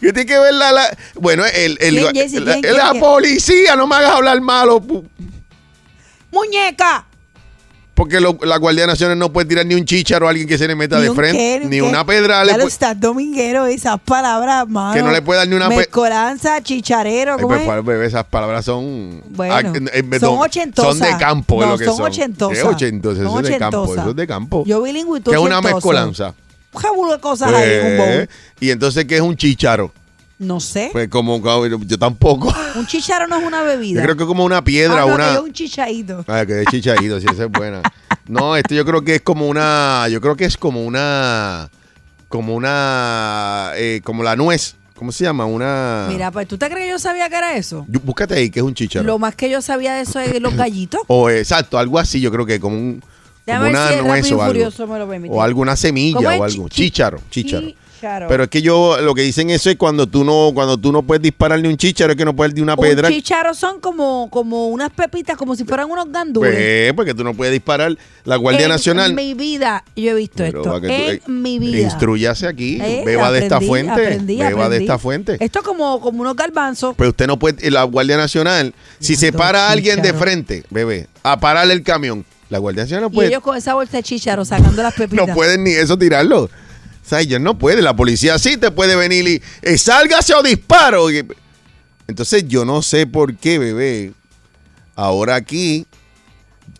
¿Qué tiene que ver la...? la- Bueno, el... el- ¿Quién, Jessy? la, ¿Quién, la quién, quién? policía, no me hagas hablar malo, pu- ¡Muñeca! porque lo- la Guardia Nacional no puede tirar ni un chicharo a alguien que se le meta Ni de un frente, qué, ni un ni qué. una pedra. le Ya lo puede- estás dominguero, esas palabras, mano. Que no le puede dar ni una pe- Mezcolanza, chicharero, Ay, ¿cómo pues, es? para- bebé, esas palabras son... Bueno, ah, en- en- son no, ochentosas. Son de campo, es No, lo que son son. ochentosas. ¿Qué ochentosas? Eso Son es de campo, ochentosas. eso es de campo. Yo bilingüe y tú que es una ochentoso. mezcolanza. Un jabulo de cosas ahí, un Eh, bowl. y entonces, ¿qué es un chicharo? No sé. Pues como... Yo tampoco. Un chicharo no es una bebida. Pues- Yo creo que como una piedra, Ah, no, una... que es un chichaíto. Ah, que es chichaíto, sí, esa es buena. No, esto yo creo que es como una. Yo creo que es como una. Como una. eh, como la nuez. ¿Cómo se llama? Una. Mira, pues, ¿tú te crees que yo sabía que era eso? Ah. Yo- búscate ahí, que es un chicharo. Lo más que yo sabía de eso es los gallitos. O eh, exacto, algo así, yo creo que como un. Déjame ver como una si el nuez Rápido y o algo. Furioso me lo permite. O alguna ¿Cómo semilla es? o algo. Chi- Chícharo, chícharo. Chícharo. Pero es que yo, lo que dicen eso es cuando tú no, cuando tú no puedes disparar ni un chícharo, es que no puedes ni una Un pedra. chicharo son como, como unas pepitas, como si fueran unos gandules. Pues, porque tú no puedes disparar. La Guardia en Nacional. mi vida yo he visto Pero esto. va que tú- en eh, mi vida. Instruyase aquí, Eh, beba de esta aprendí, fuente, aprendí, beba de aprendí. esta fuente. Esto es como, como unos garbanzos. Pero usted no puede, eh, la Guardia Nacional, si se para a alguien de chicharo. frente, bebé, a pararle el camión, la Guardia Nacional no y puede, ellos con esa bolsa de chicharo sacando las pues, no pepitas. pueden ni eso tirarlo. O sea, ellos no pueden, la policía sí te puede venir y eh, sálgase o disparo. Y- Entonces yo no sé por qué, bebé, ahora aquí,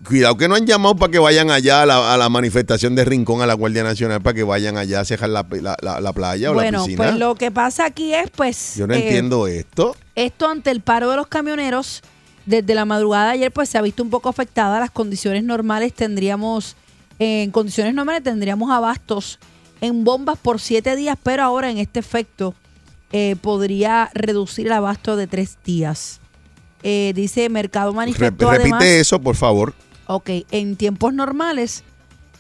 cuidado que no han llamado para que vayan allá a la, a la manifestación de Rincón a la Guardia Nacional, para que vayan allá a cejar la, la- la- la playa o la bueno, piscina. pues lo que pasa aquí es, pues, Yo no eh, entiendo esto. esto ante el paro de los camioneros desde la madrugada de ayer pues se ha visto un poco afectada. Las condiciones normales tendríamos, en condiciones normales tendríamos abastos en bombas por siete días, pero ahora en este efecto eh, podría reducir el abasto de tres días. Eh, dice Mercado Rep- Manifestó repite además- eso, por favor. Ok, en tiempos normales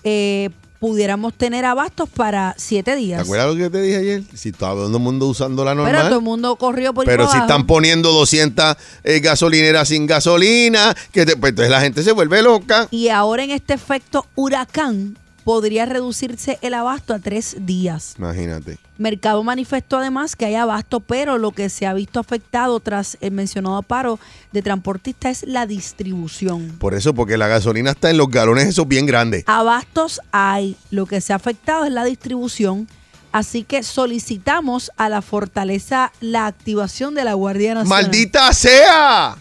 eh, pudiéramos tener abastos para siete ¿Te días. acuerdas lo que te dije ayer? Si está todo el mundo usando la normal. Pero todo el mundo corrió por ahí Pero para si abajo. están poniendo 200 eh, gasolineras sin gasolina, que te- pues entonces la gente se vuelve loca. Y ahora en este efecto huracán podría reducirse el abasto a tres días. Imagínate. Mercado manifestó además que hay abasto, pero lo que se ha visto afectado tras el mencionado paro de transportistas es la distribución. Por eso, porque la gasolina está en los galones esos bien Ah, grandes. Abastos hay, lo que se ha afectado es la distribución, así que solicitamos a la fortaleza la activación de la Guardia Nacional. ¡Maldita sea!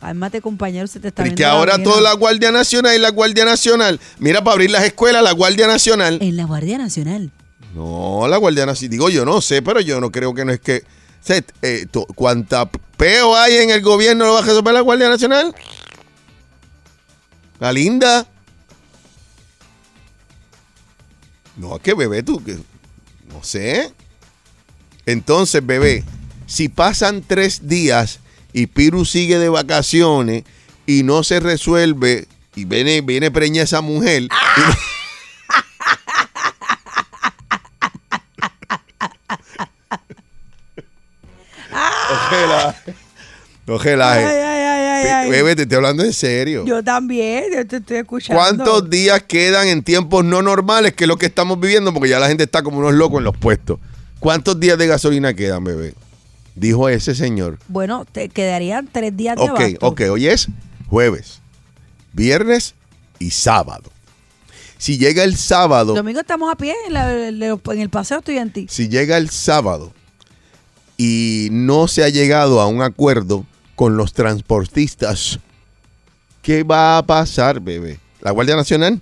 Cálmate, compañero, se te está Porque viendo la ahora vena. toda la Guardia Nacional y la Guardia Nacional. Mira, para abrir las escuelas, la Guardia Nacional. En la Guardia Nacional. No, la Guardia Nacional. Digo, yo no sé, pero yo no creo que no es que. o sea, eh, to- cuanta peo hay en el gobierno lo va a resolver la Guardia Nacional. La linda. No, es que bebé, tú. que- no sé. Entonces, bebé, si pasan tres días y Piru sigue de vacaciones y no se resuelve y viene, viene preña esa mujer. y- Ah. No relajes. No relajes. Ah. Ay, ay, ay, ay, ay. Bebé, te estoy hablando en serio. Yo también, yo te estoy escuchando. ¿Cuántos días quedan en tiempos no normales, que es lo que estamos viviendo? Porque ya la gente está como unos locos en los puestos. ¿Cuántos días de gasolina quedan, bebé? Dijo ese señor. Bueno, te quedarían tres días de Ok, abasto. ok, hoy es jueves, viernes y sábado. Si llega el sábado, Domingo estamos a pie en, la- en el paseo estudiantil. si llega el sábado y no se ha llegado a un acuerdo con los transportistas, ¿qué va a pasar, bebé? ¿La Guardia Nacional?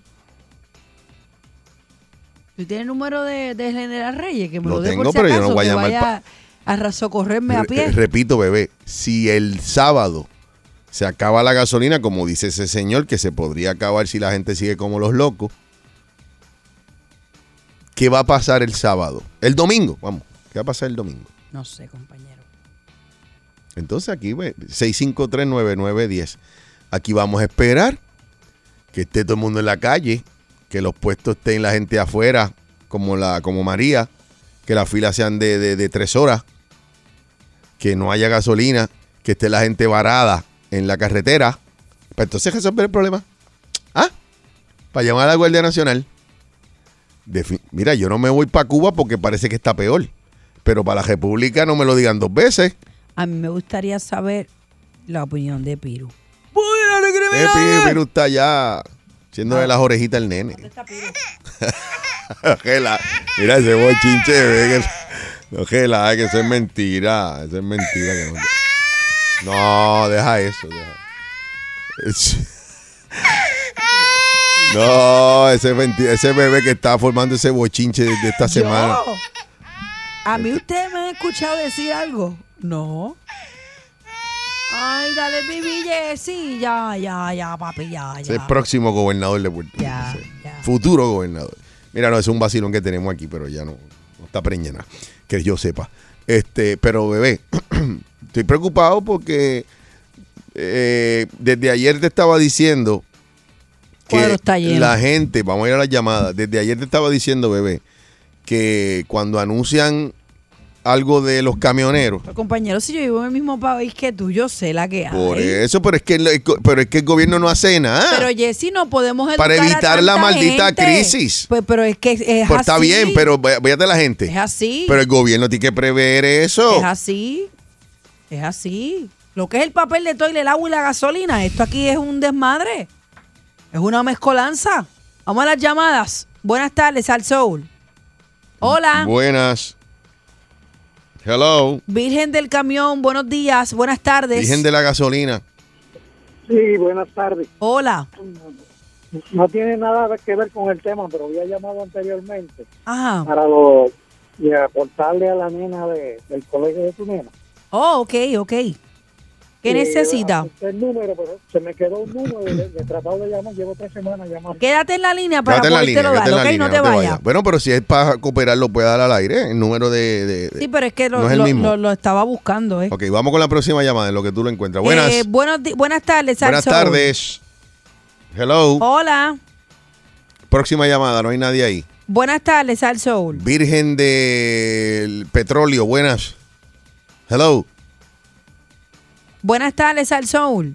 ¿Tú tienes el número de, de General Reyes? Que me lo, Lo dé tengo, por si pero yo acaso, no voy a que llamar vaya pa- a rasocorrerme a Re- pie. repito, bebé, si el sábado se acaba la gasolina, como dice ese señor, que se podría acabar si la gente sigue como los locos, ¿qué va a pasar el sábado? El domingo, vamos, ¿qué va a pasar el domingo? No sé, compañero. Entonces aquí, ve, 6539910. Aquí vamos a esperar que esté todo el mundo en la calle, que los puestos estén la gente afuera, como, la, como María, que las filas sean de, de- de tres horas, que no haya gasolina, que esté la gente varada en la carretera. Para entonces resolver el problema. ¿Ah? Para llamar a la Guardia Nacional. Defi- Mira, yo no me voy para Cuba porque parece que está peor. Pero para la República no me lo digan dos veces. A mí me gustaría saber la opinión de Piru. Eh, Piru, Piru está ya haciéndole las orejitas al nene. Ojela, mira ese bochinche, ve que- Ojela, ay, que eso es mentira. Eso es mentira. que no, No, deja eso. deja. Es- No, ese, es menti- ese bebé que está formando ese bochinche de, de esta semana. Yo. ¿A mí ustedes me han escuchado decir algo? No. Ay, dale mi billete. Sí, ya, ya, ya, papi, ya, Ese ya. próximo gobernador de Puerto Rico. Ya, ese Futuro gobernador. Mira, no, es un vacilón que tenemos aquí, pero ya no, no está preñada. Que yo sepa. Este, pero bebé, estoy preocupado porque eh, desde ayer te estaba diciendo que Cuadro está lleno. la gente, vamos a ir a las llamadas, desde ayer te estaba diciendo, bebé, que cuando anuncian algo de los camioneros, Pero, compañero, si yo vivo en el mismo país que tú, yo sé la que hay. por eso, pero es que el, pero es que el gobierno no hace nada. Pero Jessy, no podemos educar Para a evitar la tanta maldita gente. crisis. Pues, pero es que es así. Pues está bien, pero vé- véate la gente. Es así. Pero el gobierno tiene que prever eso. Es así. Es así. Lo que es el papel de toile, el agua y la gasolina, esto aquí es un desmadre. Es una mezcolanza. Vamos a las llamadas. Buenas tardes, al Soul. Hola, Buenas. Hello. Virgen del Camión, buenos días, buenas tardes. Virgen de la gasolina. Sí, buenas tardes. Hola. No tiene nada que ver con el tema, pero había llamado anteriormente Ajá. para lo, y aportarle a la nena de- del colegio de tu nena. Oh, ok, ok. ¿Qué necesita? apunté este El número, pero se me quedó un número, le, le he tratado de llamar, llevo tres semanas llamando. Quédate en la línea para Quédate en la línea, podértelo dar, quédate en la ¿ok? línea, no te vayas. Bueno, pero si es para cooperar, lo puede dar al aire, ¿eh? el número de... de- de- Sí, pues. pero es que lo, No es el lo- mismo. lo- lo estaba buscando, ¿eh? Ok, vamos con la próxima llamada, en lo que tú lo encuentras. Buenas, Eh, buenos di- buenas tardes, Sal buenas Soul. Oh. tardes. Hello. Hola. Próxima llamada, no hay nadie ahí. Buenas tardes, Sal Soul. Virgen del petróleo, buenas. Hello. Buenas tardes, Sal Soul.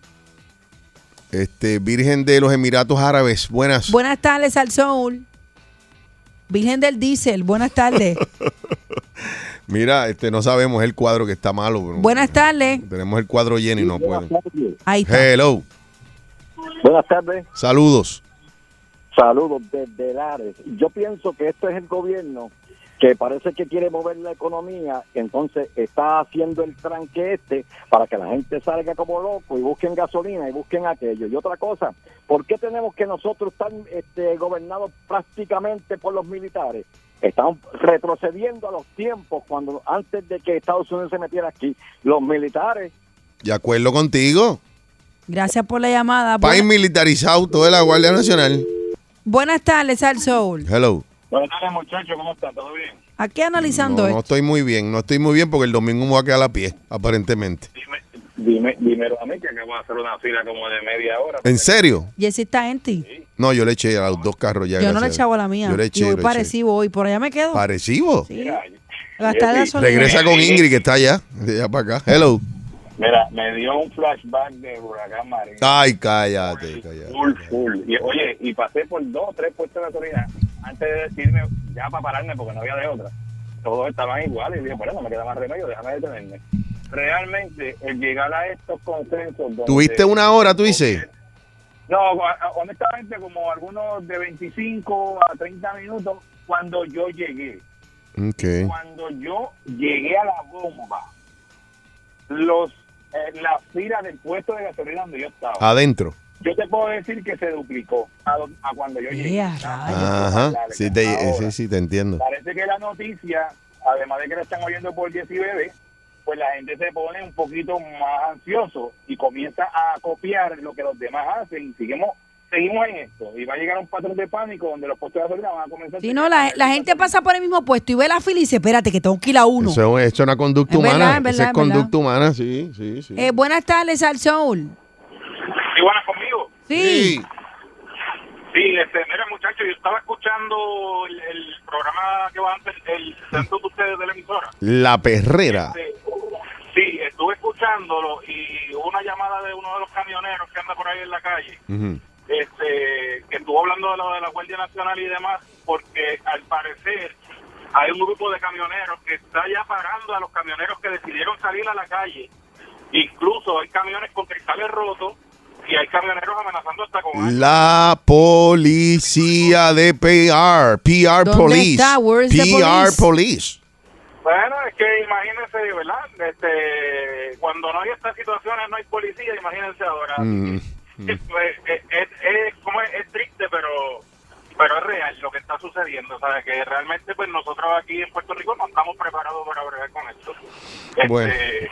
Este, Virgen de los Emiratos Árabes, buenas. Buenas tardes, Sal Soul. Virgen del Diesel, buenas tardes. Mira, este, no sabemos el cuadro que está malo. pero buenas tardes. Tenemos el cuadro lleno y no pueden. Ahí está. Hello. Buenas tardes. Saludos. Saludos desde Lares. Yo pienso que esto es el gobierno que parece que quiere mover la economía, entonces está haciendo el tranque este para que la gente salga como loco y busquen gasolina y busquen aquello. Y otra cosa, ¿por qué tenemos que nosotros estar este, gobernados prácticamente por los militares? Estamos retrocediendo a los tiempos cuando antes de que Estados Unidos se metiera aquí, los militares De acuerdo contigo. Gracias por la llamada. País Buena- militarizado, toda la Guardia Nacional. buenas tardes, Sal Soul. Hello. Buenas tardes, muchachos, ¿cómo están? ¿Todo bien? Aquí analizando No, no esto. estoy muy bien, no estoy muy bien porque el domingo me voy a quedar a pie, aparentemente. Dime, dímelo a mí, que acabo de hacer una fila como de media hora. ¿En serio? Jessy está en ti. No, yo le eché a los dos carros ya. Yo no le gracias echaba la mía. Yo le y eché. voy lo eché. parecido hoy. Por allá me quedo. ¿Parecido? Sí. Gastar gasolina. Regresa con Ingrid que está allá, de allá para acá. Hello. Mira, me dio un flashback de Huracán María. Ay, cállate, cállate. Full, full. Y, oye, y pasé por dos o tres puestos de gasolina antes de decirme, ya para pararme, porque no había de otra. Todos estaban iguales. Y dije, bueno, no me queda más remedio, déjame detenerme. Realmente, el llegar a estos consensos. donde- ¿Tuviste una hora, tú dices? No, a- honestamente, como algunos de 25 a 30 minutos, cuando yo llegué. Ok. Cuando yo llegué a la bomba, los eh, la fila del puesto de gasolina donde yo estaba. Adentro. Yo te puedo decir que se duplicó a, don- a cuando yo llegué. Ajá. Dale, Sí, te, ahora. eh, sí, sí, te entiendo. Parece que la noticia, además de que la están oyendo por 10 y bebé, pues la gente se pone un poquito más ansioso y comienza a copiar lo que los demás hacen. Seguimos, seguimos en esto y va a llegar un patrón de pánico donde los puestos de gasolina van a comenzar. Si no, la, la gente pasa por el mismo puesto y ve la fila y dice, espérate que tengo que ir a uno. Eso es, eso es una conducta Es verdad, humana. es verdad, Eso es es conducta humana, sí, sí, sí. Eh, buenas tardes, Sal Soul. ¿Sí buenas conmigo? Sí. Sí, este, mira muchachos, yo estaba escuchando el, el programa que va antes, el centro de ustedes de la emisora. La perrera. Sí, estuve escuchándolo y hubo una llamada de uno de los camioneros que anda por ahí en la calle, Ujú. este, que estuvo hablando de lo de la Guardia Nacional y demás, porque al parecer hay un grupo de camioneros que está ya parando a los camioneros que decidieron salir a la calle. Incluso hay camiones con cristales rotos y hay camioneros amenazando hasta con... Mm. La policía de PR. PR ¿Dónde Police. está? Where is the PR Police. Bueno, es que imagínense, ¿verdad? Este, cuando no hay estas situaciones no hay policía, imagínense ahora. Mm. Pues, es, es, es- como es, es triste, pero pero es real lo que está sucediendo. O sea, que realmente pues nosotros aquí en Puerto Rico no estamos preparados para bregar con esto. Este, Bueno.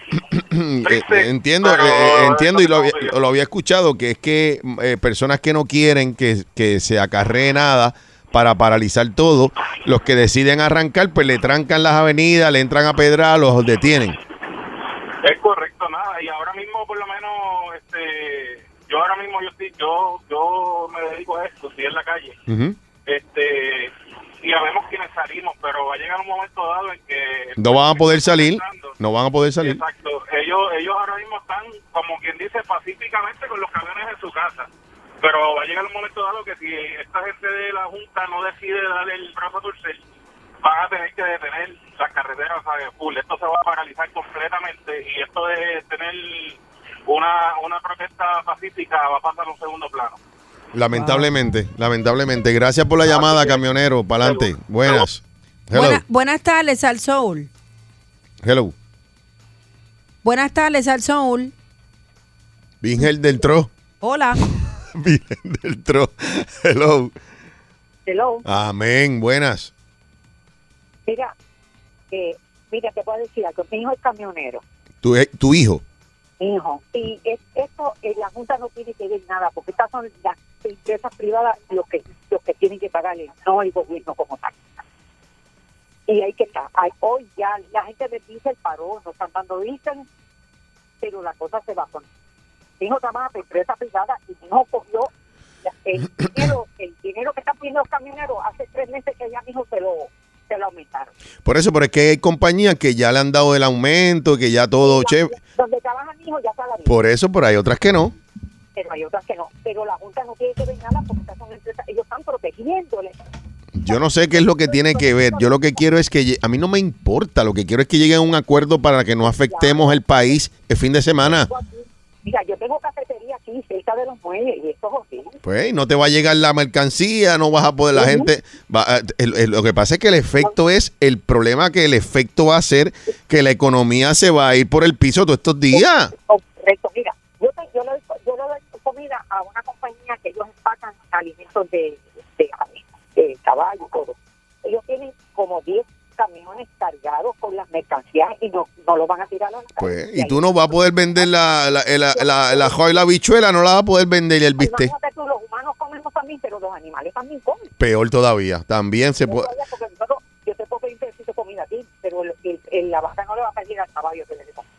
Eh, Triste, entiendo, pero eh, eh, entiendo y lo había, estamos bien. lo había escuchado, que es que eh, personas que no quieren que, que se acarree nada para paralizar todo, los que deciden arrancar, pues le trancan las avenidas, le entran a pedrar, los detienen. Es correcto, nada. Y ahora mismo, por lo menos, este, yo ahora mismo yo estoy, yo, yo me dedico a esto, estoy en la calle. este y sabemos quiénes salimos, pero va a llegar un momento dado en que No van a poder salir, no van a poder salir. exacto, ellos ellos ahora mismo están como quien dice pacíficamente con los camiones en su casa, pero va a llegar un momento dado que si esta gente de la junta no decide darle el brazo a torcer, van a tener que detener las carreteras ¿sabes? full, esto se va a paralizar completamente y esto de tener una una protesta pacífica va a pasar a un segundo plano. Lamentablemente, lamentablemente. Gracias por la llamada, camionero. Para adelante. Buenas. Hello. Buena- buenas tardes, Sal Soul. Hello. Buenas tardes, Sal Soul. Vingel del Tro. Hola. Virgen del Tro. Hello. Hello. Amén. Buenas. Mira, eh, mira, te puedo decir algo. Mi hijo es camionero. Tu, eh, tu hijo. hijo. Y es- esto eh, la Junta no tiene que ver nada, porque estas son las empresas privadas los que, los que tienen que pagarle, no el gobierno como tal. Y hay que estar. hay- hoy ya la gente me dice el paró, no están dando dicen, pero la cosa se va a poner. Mi hijo trabaja para empresa privada y mi hijo cogió la- el dinero, el dinero que están pidiendo los camioneros hace tres meses que ya mi hijo se lo, se lo aumentaron. Por eso, pero es que hay compañías que ya le han dado el aumento, que ya todo che. Donde trabaja mi hijo ya está la Por eso, pero hay otras que no. pero hay otras que no. Pero la Junta no tiene que ver nada porque estas son empresas, ellos están protegiéndole. Yo no sé qué es lo que tiene que ver. Yo lo que quiero es que lle- a mí no me importa. Lo que quiero es que lleguen a un acuerdo para que no afectemos el país el fin de semana. Mira, yo tengo cafetería aquí cerca de los muelles y esto es horrible. Pues no te va a llegar la mercancía, no vas a poder la gente. va a- el- el- lo que pasa es que el efecto es el problema que el efecto va a ser que la economía se va a ir por el piso todos estos días. Oh, Correcto, mira, yo, te- yo, le, doy- yo le doy comida a una compañía que ellos empacan alimentos de, de, aves, de caballo y todo. Ellos tienen como 10 camiones cargados con las mercancías y no, no lo van a tirar a la Pues, y tú no vas a poder vender la la la, la, la joya y la bichuela, no la vas a poder vender y el bistec. Imagínate tú, los humanos comemos también, pero los animales también comen. Peor todavía. También se puede. Porque nosotros- yo te puedo pedir pedacito de comida a ti, pero el, el- el- la vaca no le va a pedir al caballo que le dé comida.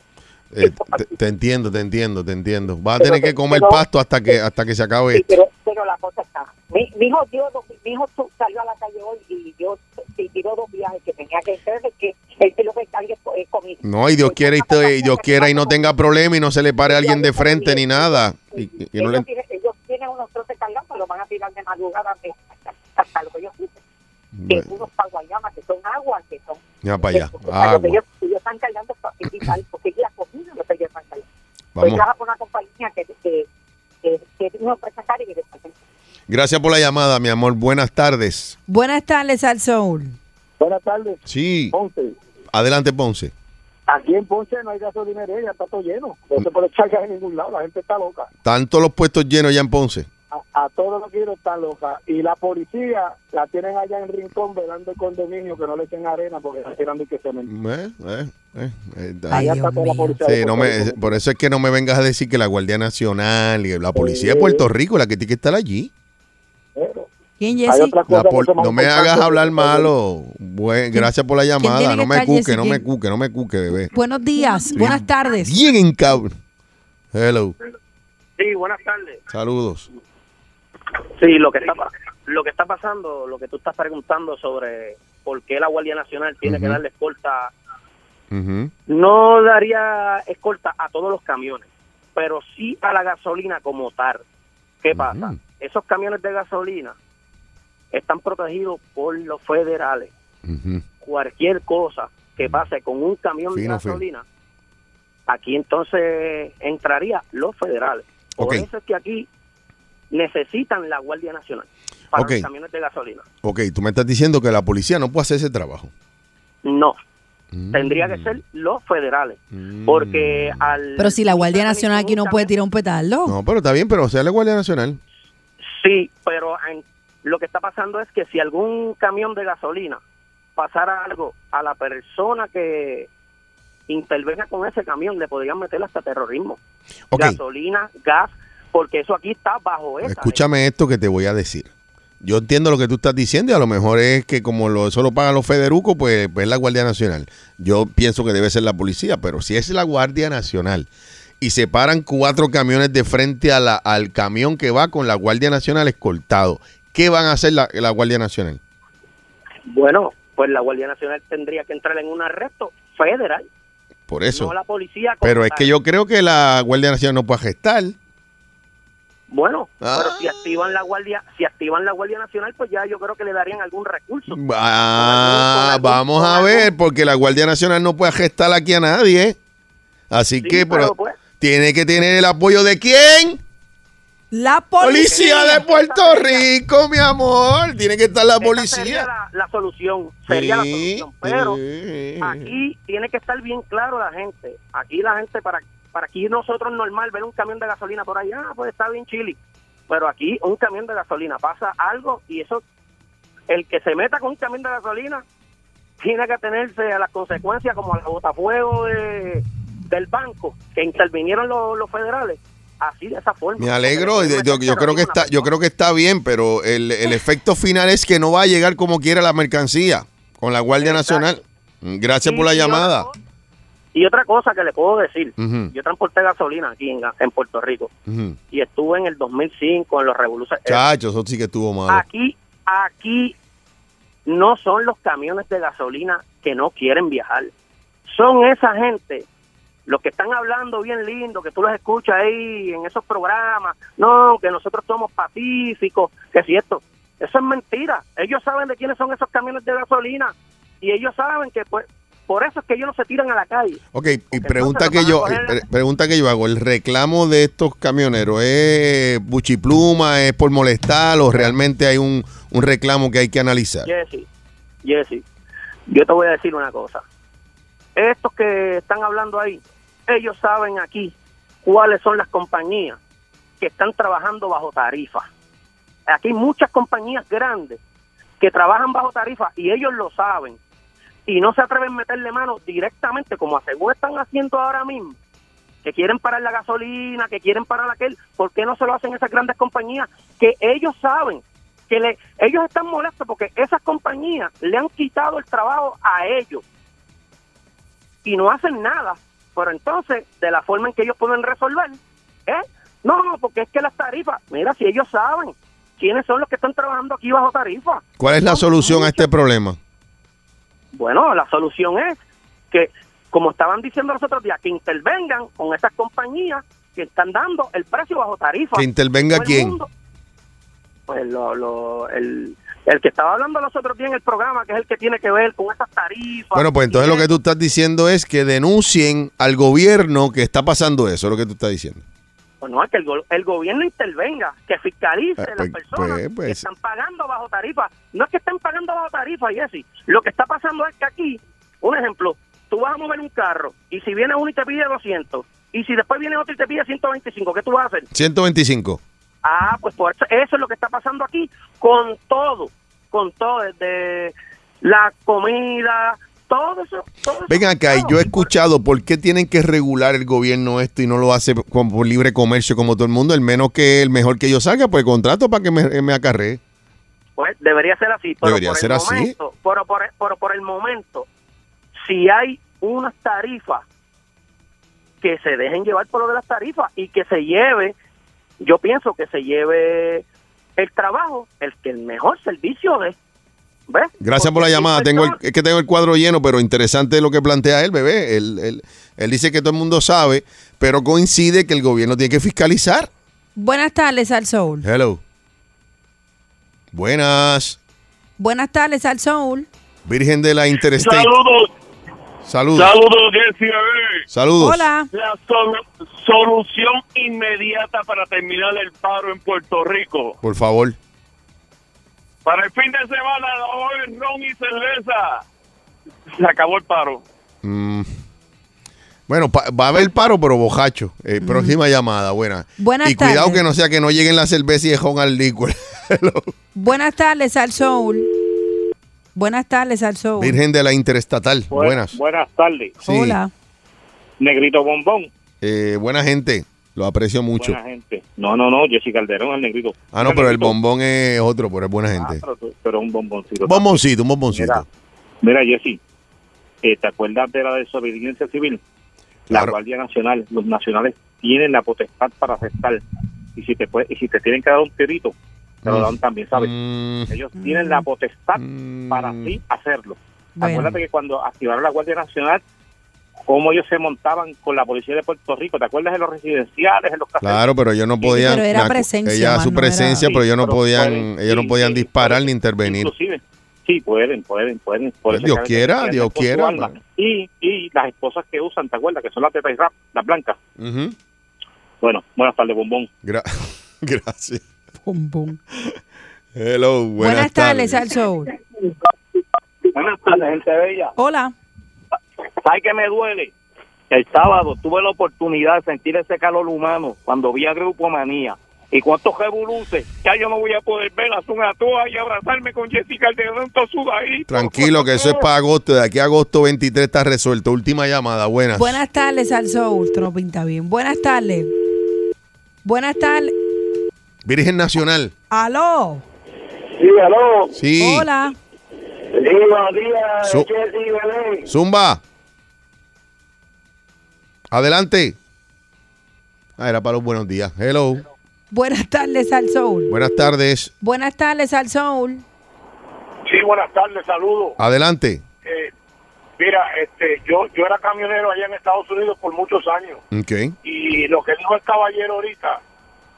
eh, te, te entiendo, te entiendo, te entiendo. Vas a tener que comer pasto hasta que hasta que se acabe esto. Pero, pero la cosa está. Mi, mi hijo, dio dos- mi hijo su- salió a la calle hoy y yo y tiró dos viajes que tenía que hacer, es que él lo que eh, alguien co- es comida. No, y Dios quiera y, te- y Dios quiera y no tenga problema y no se le pare a alguien de frente ni nada. Y, y- y no ellos, le- tienen, ellos tienen unos troces cargados, pues lo van a tirar de madrugada de- hasta, hasta lo que ellos dicen. Que unos paguayamas, que son aguas, que son. Ya para allá. Ah, O sea, lo que Agua. ellos, ellos están cargando es para quitar, porque la comida lo que ellos están cargando. Pues Vamos. trabaja por una compañía que, que, que, que uno puede sacar y que después- Gracias por la llamada, mi amor. Buenas tardes. Buenas tardes al Soul. Buenas tardes. Sí. Oh. Ponce. Adelante, Ponce. Aquí en Ponce no hay gasolinería, ya está todo lleno. No se puede echar gas en ningún lado, la gente está loca. Tanto los puestos llenos ya en Ponce. A, a todos los quiero están loca. Y la policía la tienen allá en Rincón velando el condominio que no le echen arena porque están tirando y que se me... Eh, eh, eh, eh, da- Allá está toda la policía. Sí, de no Puerto me- Rico. por eso es que no me vengas a decir que la Guardia Nacional y la Policía de Puerto Rico, la que tiene que estar allí. ¿Quién, Hay otra cosa La que pol- son más no me importantes hagas que hablar el malo. Buen- gracias por la tiene llamada. que No me estar, cuque, Jessy? no me ¿Quién? cuque, no me cuque, bebé. Buenos días, Sí. buenas tardes. Bien encab... Hello. Sí, buenas tardes. Saludos. Sí, lo que está pa- lo que está pasando, lo que tú estás preguntando sobre por qué la Guardia Nacional tiene que Ujú. darle escolta, Ujú. no daría escolta a todos los camiones, pero sí a la gasolina como tal. ¿Qué pasa? Esos camiones de gasolina están protegidos por los federales. Cualquier cosa que pase con un camión Fino, de fino. gasolina, aquí entonces entraría los federales. Por Ok. eso es que aquí necesitan la Guardia Nacional para Ok. los camiones de gasolina. Ok, tú me estás diciendo que la policía no puede hacer ese trabajo. No, tendría Mm. que ser los federales, porque al Pero si la Guardia Nacional aquí no puede tirar un petardo. No, pero está bien, pero sea la Guardia Nacional. Sí, pero en- lo que está pasando es que si algún camión de gasolina pasara algo a la persona que intervenga con ese camión, le podrían meter hasta terrorismo. Ok. Gasolina, gas, porque eso aquí está bajo esa. Escúchame esto que te voy a decir. Yo entiendo lo que tú estás diciendo y a lo mejor es que como lo, eso lo pagan los federucos, pues, pues es la Guardia Nacional. Yo pienso que debe ser la policía, pero si es la Guardia Nacional y se paran cuatro camiones de frente a la- al camión que va con la Guardia Nacional escoltado, ¿qué van a hacer la, la Guardia Nacional? Bueno, pues la Guardia Nacional tendría que entrar en un arresto federal, Por eso. no la policía. como pero es tal. que yo creo que la Guardia Nacional no puede gestar. Bueno, Ah. pero si activan la Guardia, si activan la Guardia Nacional, pues ya yo creo que le darían algún recurso. Ah, vamos a ver, porque la Guardia Nacional no puede gestar aquí a nadie. Así que pero pero, pues. tiene que tener el apoyo de quién? La policía de Puerto Rico, mi amor. Tiene que estar la sería policía. la, la solución, sería la Sí, solución. Pero sí. aquí tiene que estar bien claro la gente. Aquí la gente, para, para aquí nosotros normal ver un camión de gasolina por allá, pues está bien chili. Pero aquí un camión de gasolina pasa algo y eso, el que se meta con un camión de gasolina tiene que atenerse a las consecuencias como a la botafuego de, del banco que intervinieron los, los federales, así de esa forma. Me alegro, y de- yo, yo creo que está, yo creo que está bien, pero el, el efecto final es que no va a llegar como quiera la mercancía con la Guardia Nacional. Gracias Sí, por la sí, llamada. Y otra cosa que le puedo decir, Ujú. yo transporté gasolina aquí en, Ga- en Puerto Rico Ujú. y estuve en el 2005 en los revoluciones. Chacho, eso sí que estuvo malo. Aquí, aquí no son los camiones de gasolina que no quieren viajar. Son esa gente, los que están hablando bien lindo, que tú los escuchas ahí en esos programas, no, que nosotros somos pacíficos, que si esto, eso es mentira. Ellos saben de quiénes son esos camiones de gasolina y ellos saben que pues, por eso es que ellos no se tiran a la calle. Ok, y pregunta nos que van a yo coger- pre- pregunta que yo hago, el reclamo de estos camioneros es buchipluma, es por molestar o realmente hay un, un reclamo que hay que analizar. Jesse, Jesse, yo te voy a decir una cosa. Estos que están hablando ahí, ellos saben aquí cuáles son las compañías que están trabajando bajo tarifa. Aquí hay muchas compañías grandes que trabajan bajo tarifa y ellos lo saben. Y no se atreven a meterle mano directamente, como según están haciendo ahora mismo, que quieren parar la gasolina, que quieren parar aquel. ¿Por qué no se lo hacen esas grandes compañías que ellos saben que le- ellos están molestos porque esas compañías le han quitado el trabajo a ellos y no hacen nada. Pero entonces, de la forma en que ellos pueden resolver, ¿eh? no, no, porque es que las tarifas, mira, si ellos saben quiénes son los que están trabajando aquí bajo tarifa, ¿Cuál es la solución a este problema? bueno, la solución es que, como estaban diciendo los otros días, que intervengan con esas compañías que están dando el precio bajo tarifa. Que intervenga Todo el quién. mundo- Pues lo- lo- el, el que estaba hablando los otros días en el programa, que es el que tiene que ver con esas tarifas. Bueno, pues entonces lo que tú estás diciendo es que denuncien al gobierno que está pasando eso, es lo que tú estás diciendo. Pues no, es que el, go- el gobierno intervenga, que fiscalice Ah, las pues- personas pues- pues- que están pagando bajo tarifa. No es que estén pagando bajo tarifa, Jessy. Lo que está pasando es que aquí, un ejemplo, tú vas a mover un carro y si viene uno y te pide 200 y si después viene otro y te pide 125, ¿qué tú vas a hacer? 125. Ah, pues por eso, eso es lo que está pasando aquí con todo, con todo, desde la comida, todo eso. todo eso. Venga acá, y yo he escuchado por qué tienen que regular el gobierno esto y no lo hace con, por libre comercio como todo el mundo, el menos que el mejor que yo salga, pues contrato para que me, me acarree. Pues debería ser así. Pero Debería por ser el así. Momento, pero, por, pero por el momento, si hay unas tarifas que se dejen llevar por lo de las tarifas y que se lleve, yo pienso que se lleve el trabajo, el que el mejor servicio es. ¿Ves? Gracias por la llamada. Tengo el- es que tengo el cuadro lleno, pero interesante lo que plantea él, bebé. Él, él- él dice que todo el mundo sabe, pero coincide que el gobierno tiene que fiscalizar. Buenas tardes, Al Soul. Hello. Buenas. Buenas tardes, Al Soul. Virgen de la Interstate. Saludos. Saludos. Saludos, Jessy Bebé. Saludos. La sol- solución inmediata para terminar el paro en Puerto Rico. Por favor. Para el fin de semana, hoy ron y cerveza. Se acabó el paro. Mm. Bueno, pa- va a haber paro, pero bojacho. Eh, Próxima llamada, buena. Mm. Buenas y cuidado tardes. que no sea que no lleguen la cerveza y dejón al licor. Hello. Buenas tardes, Al Soul. Buenas tardes, Al Soul. Virgen de la Interestatal. Buenas. Buenas tardes. Sí. Hola. Negrito Bombón. Eh, buena gente. Lo aprecio mucho. Buena gente. No, no, no, Jessy Calderón, el Ah, negrito. Ah, no, pero el bombón es otro, pero es buena Ah, gente. Pero, tú- pero un bomboncito. Bomboncito, un bomboncito. Mira, Jessy, eh, ¿te acuerdas de la desobediencia civil? La Claro. Guardia Nacional, los nacionales tienen la potestad para arrestar. Y si te puede- y si te tienen que dar un tirito, te lo Mm. dan también, ¿sabes? Ellos tienen la potestad para sí hacerlo. Bueno. Acuérdate que cuando activaron la Guardia Nacional, cómo ellos se montaban con la policía de Puerto Rico, ¿te acuerdas de los residenciales, en los Claro, pero ellos no podían. pero era la- presencia, Ella más su no era- presencia, Sí, pero ellos no pero podían, pueden, ellos no podían disparar ni intervenir. inclusive sí pueden pueden pueden por Pues eso Dios es que a veces quiera, tienen Dios con su quiera, pues. alma. man. y y las esposas que usan te acuerdas que son las de Tetra y Rap, las blancas Ujú. bueno buenas tardes bombón Gra- Gracias. Hello, buenas, Buenas tardes, Al Soul. buenas tardes gente bella Hola. ¿Sabes qué me duele? El sábado tuve la oportunidad de sentir ese calor humano cuando vi a Grupo Manía. ¿Y cuántos revoluces? Ya yo no voy a poder ver a Zuna Toa y abrazarme con Jessica Calderón tosuda ahí. Tranquilo, que eso es para agosto. De aquí a agosto 23 está resuelto. Última llamada, buenas. Buenas tardes, al Soul. Esto no pinta bien. Buenas tardes. Buenas tardes. Virgen Nacional. Aló. Sí, aló. Sí. Hola. Zu- Zumba. Adelante. Ah, era para los buenos días. Hello. Buenas tardes, al Soul. Buenas tardes. Buenas tardes, al Soul. Sí, buenas tardes, saludos. Ah. Adelante. Eh, mira, este, yo, yo era camionero allá en Estados Unidos por muchos años Ok. y lo que dijo el caballero ahorita,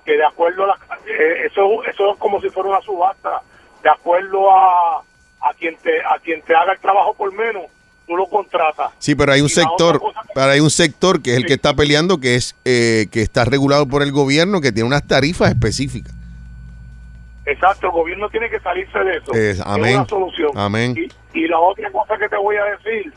que de acuerdo a la, eh, eso, eso es como si fuera una subasta, de acuerdo a, a quien te a quien te haga el trabajo por menos, tú lo contratas. Sí, pero hay un Y la sector, otra cosa- pero hay un sector que es el que está peleando, que es eh, que está regulado por el gobierno, que tiene unas tarifas específicas. Exacto, el gobierno tiene que salirse de eso. Es- amén. una solución. Amén. Y la otra cosa que te voy a decir,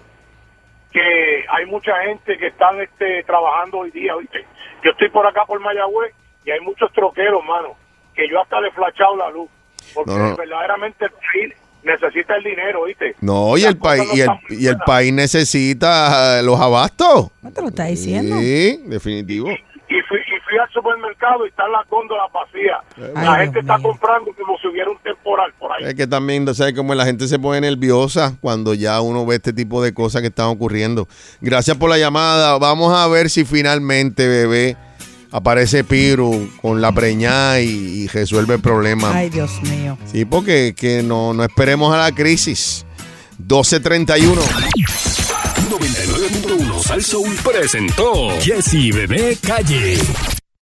que hay mucha gente que están este, trabajando hoy día, ¿viste? Yo estoy por acá por Mayagüez y hay muchos troqueros, mano, que yo hasta le he flachado la luz. Porque No, no. verdaderamente el país necesita el dinero, ¿viste? No, y el país y el, y el país necesita eh, los abastos. te lo está diciendo? Sí, definitivo. Y fui, y fui al supermercado y están las góndolas vacías. Ay, la gente está comprando como si hubiera un temporal por ahí. Es que también, ¿sabes cómo la gente se pone nerviosa cuando ya uno ve este tipo de cosas que están ocurriendo? Gracias por la llamada. Vamos a ver si finalmente, bebé, aparece Piru con la preñada y, y resuelve el problema. Ay, Dios mío. Sí, porque que no, no esperemos a la crisis. 1231. 99.1 Sal Soul presentó Jessy Bebé Calle.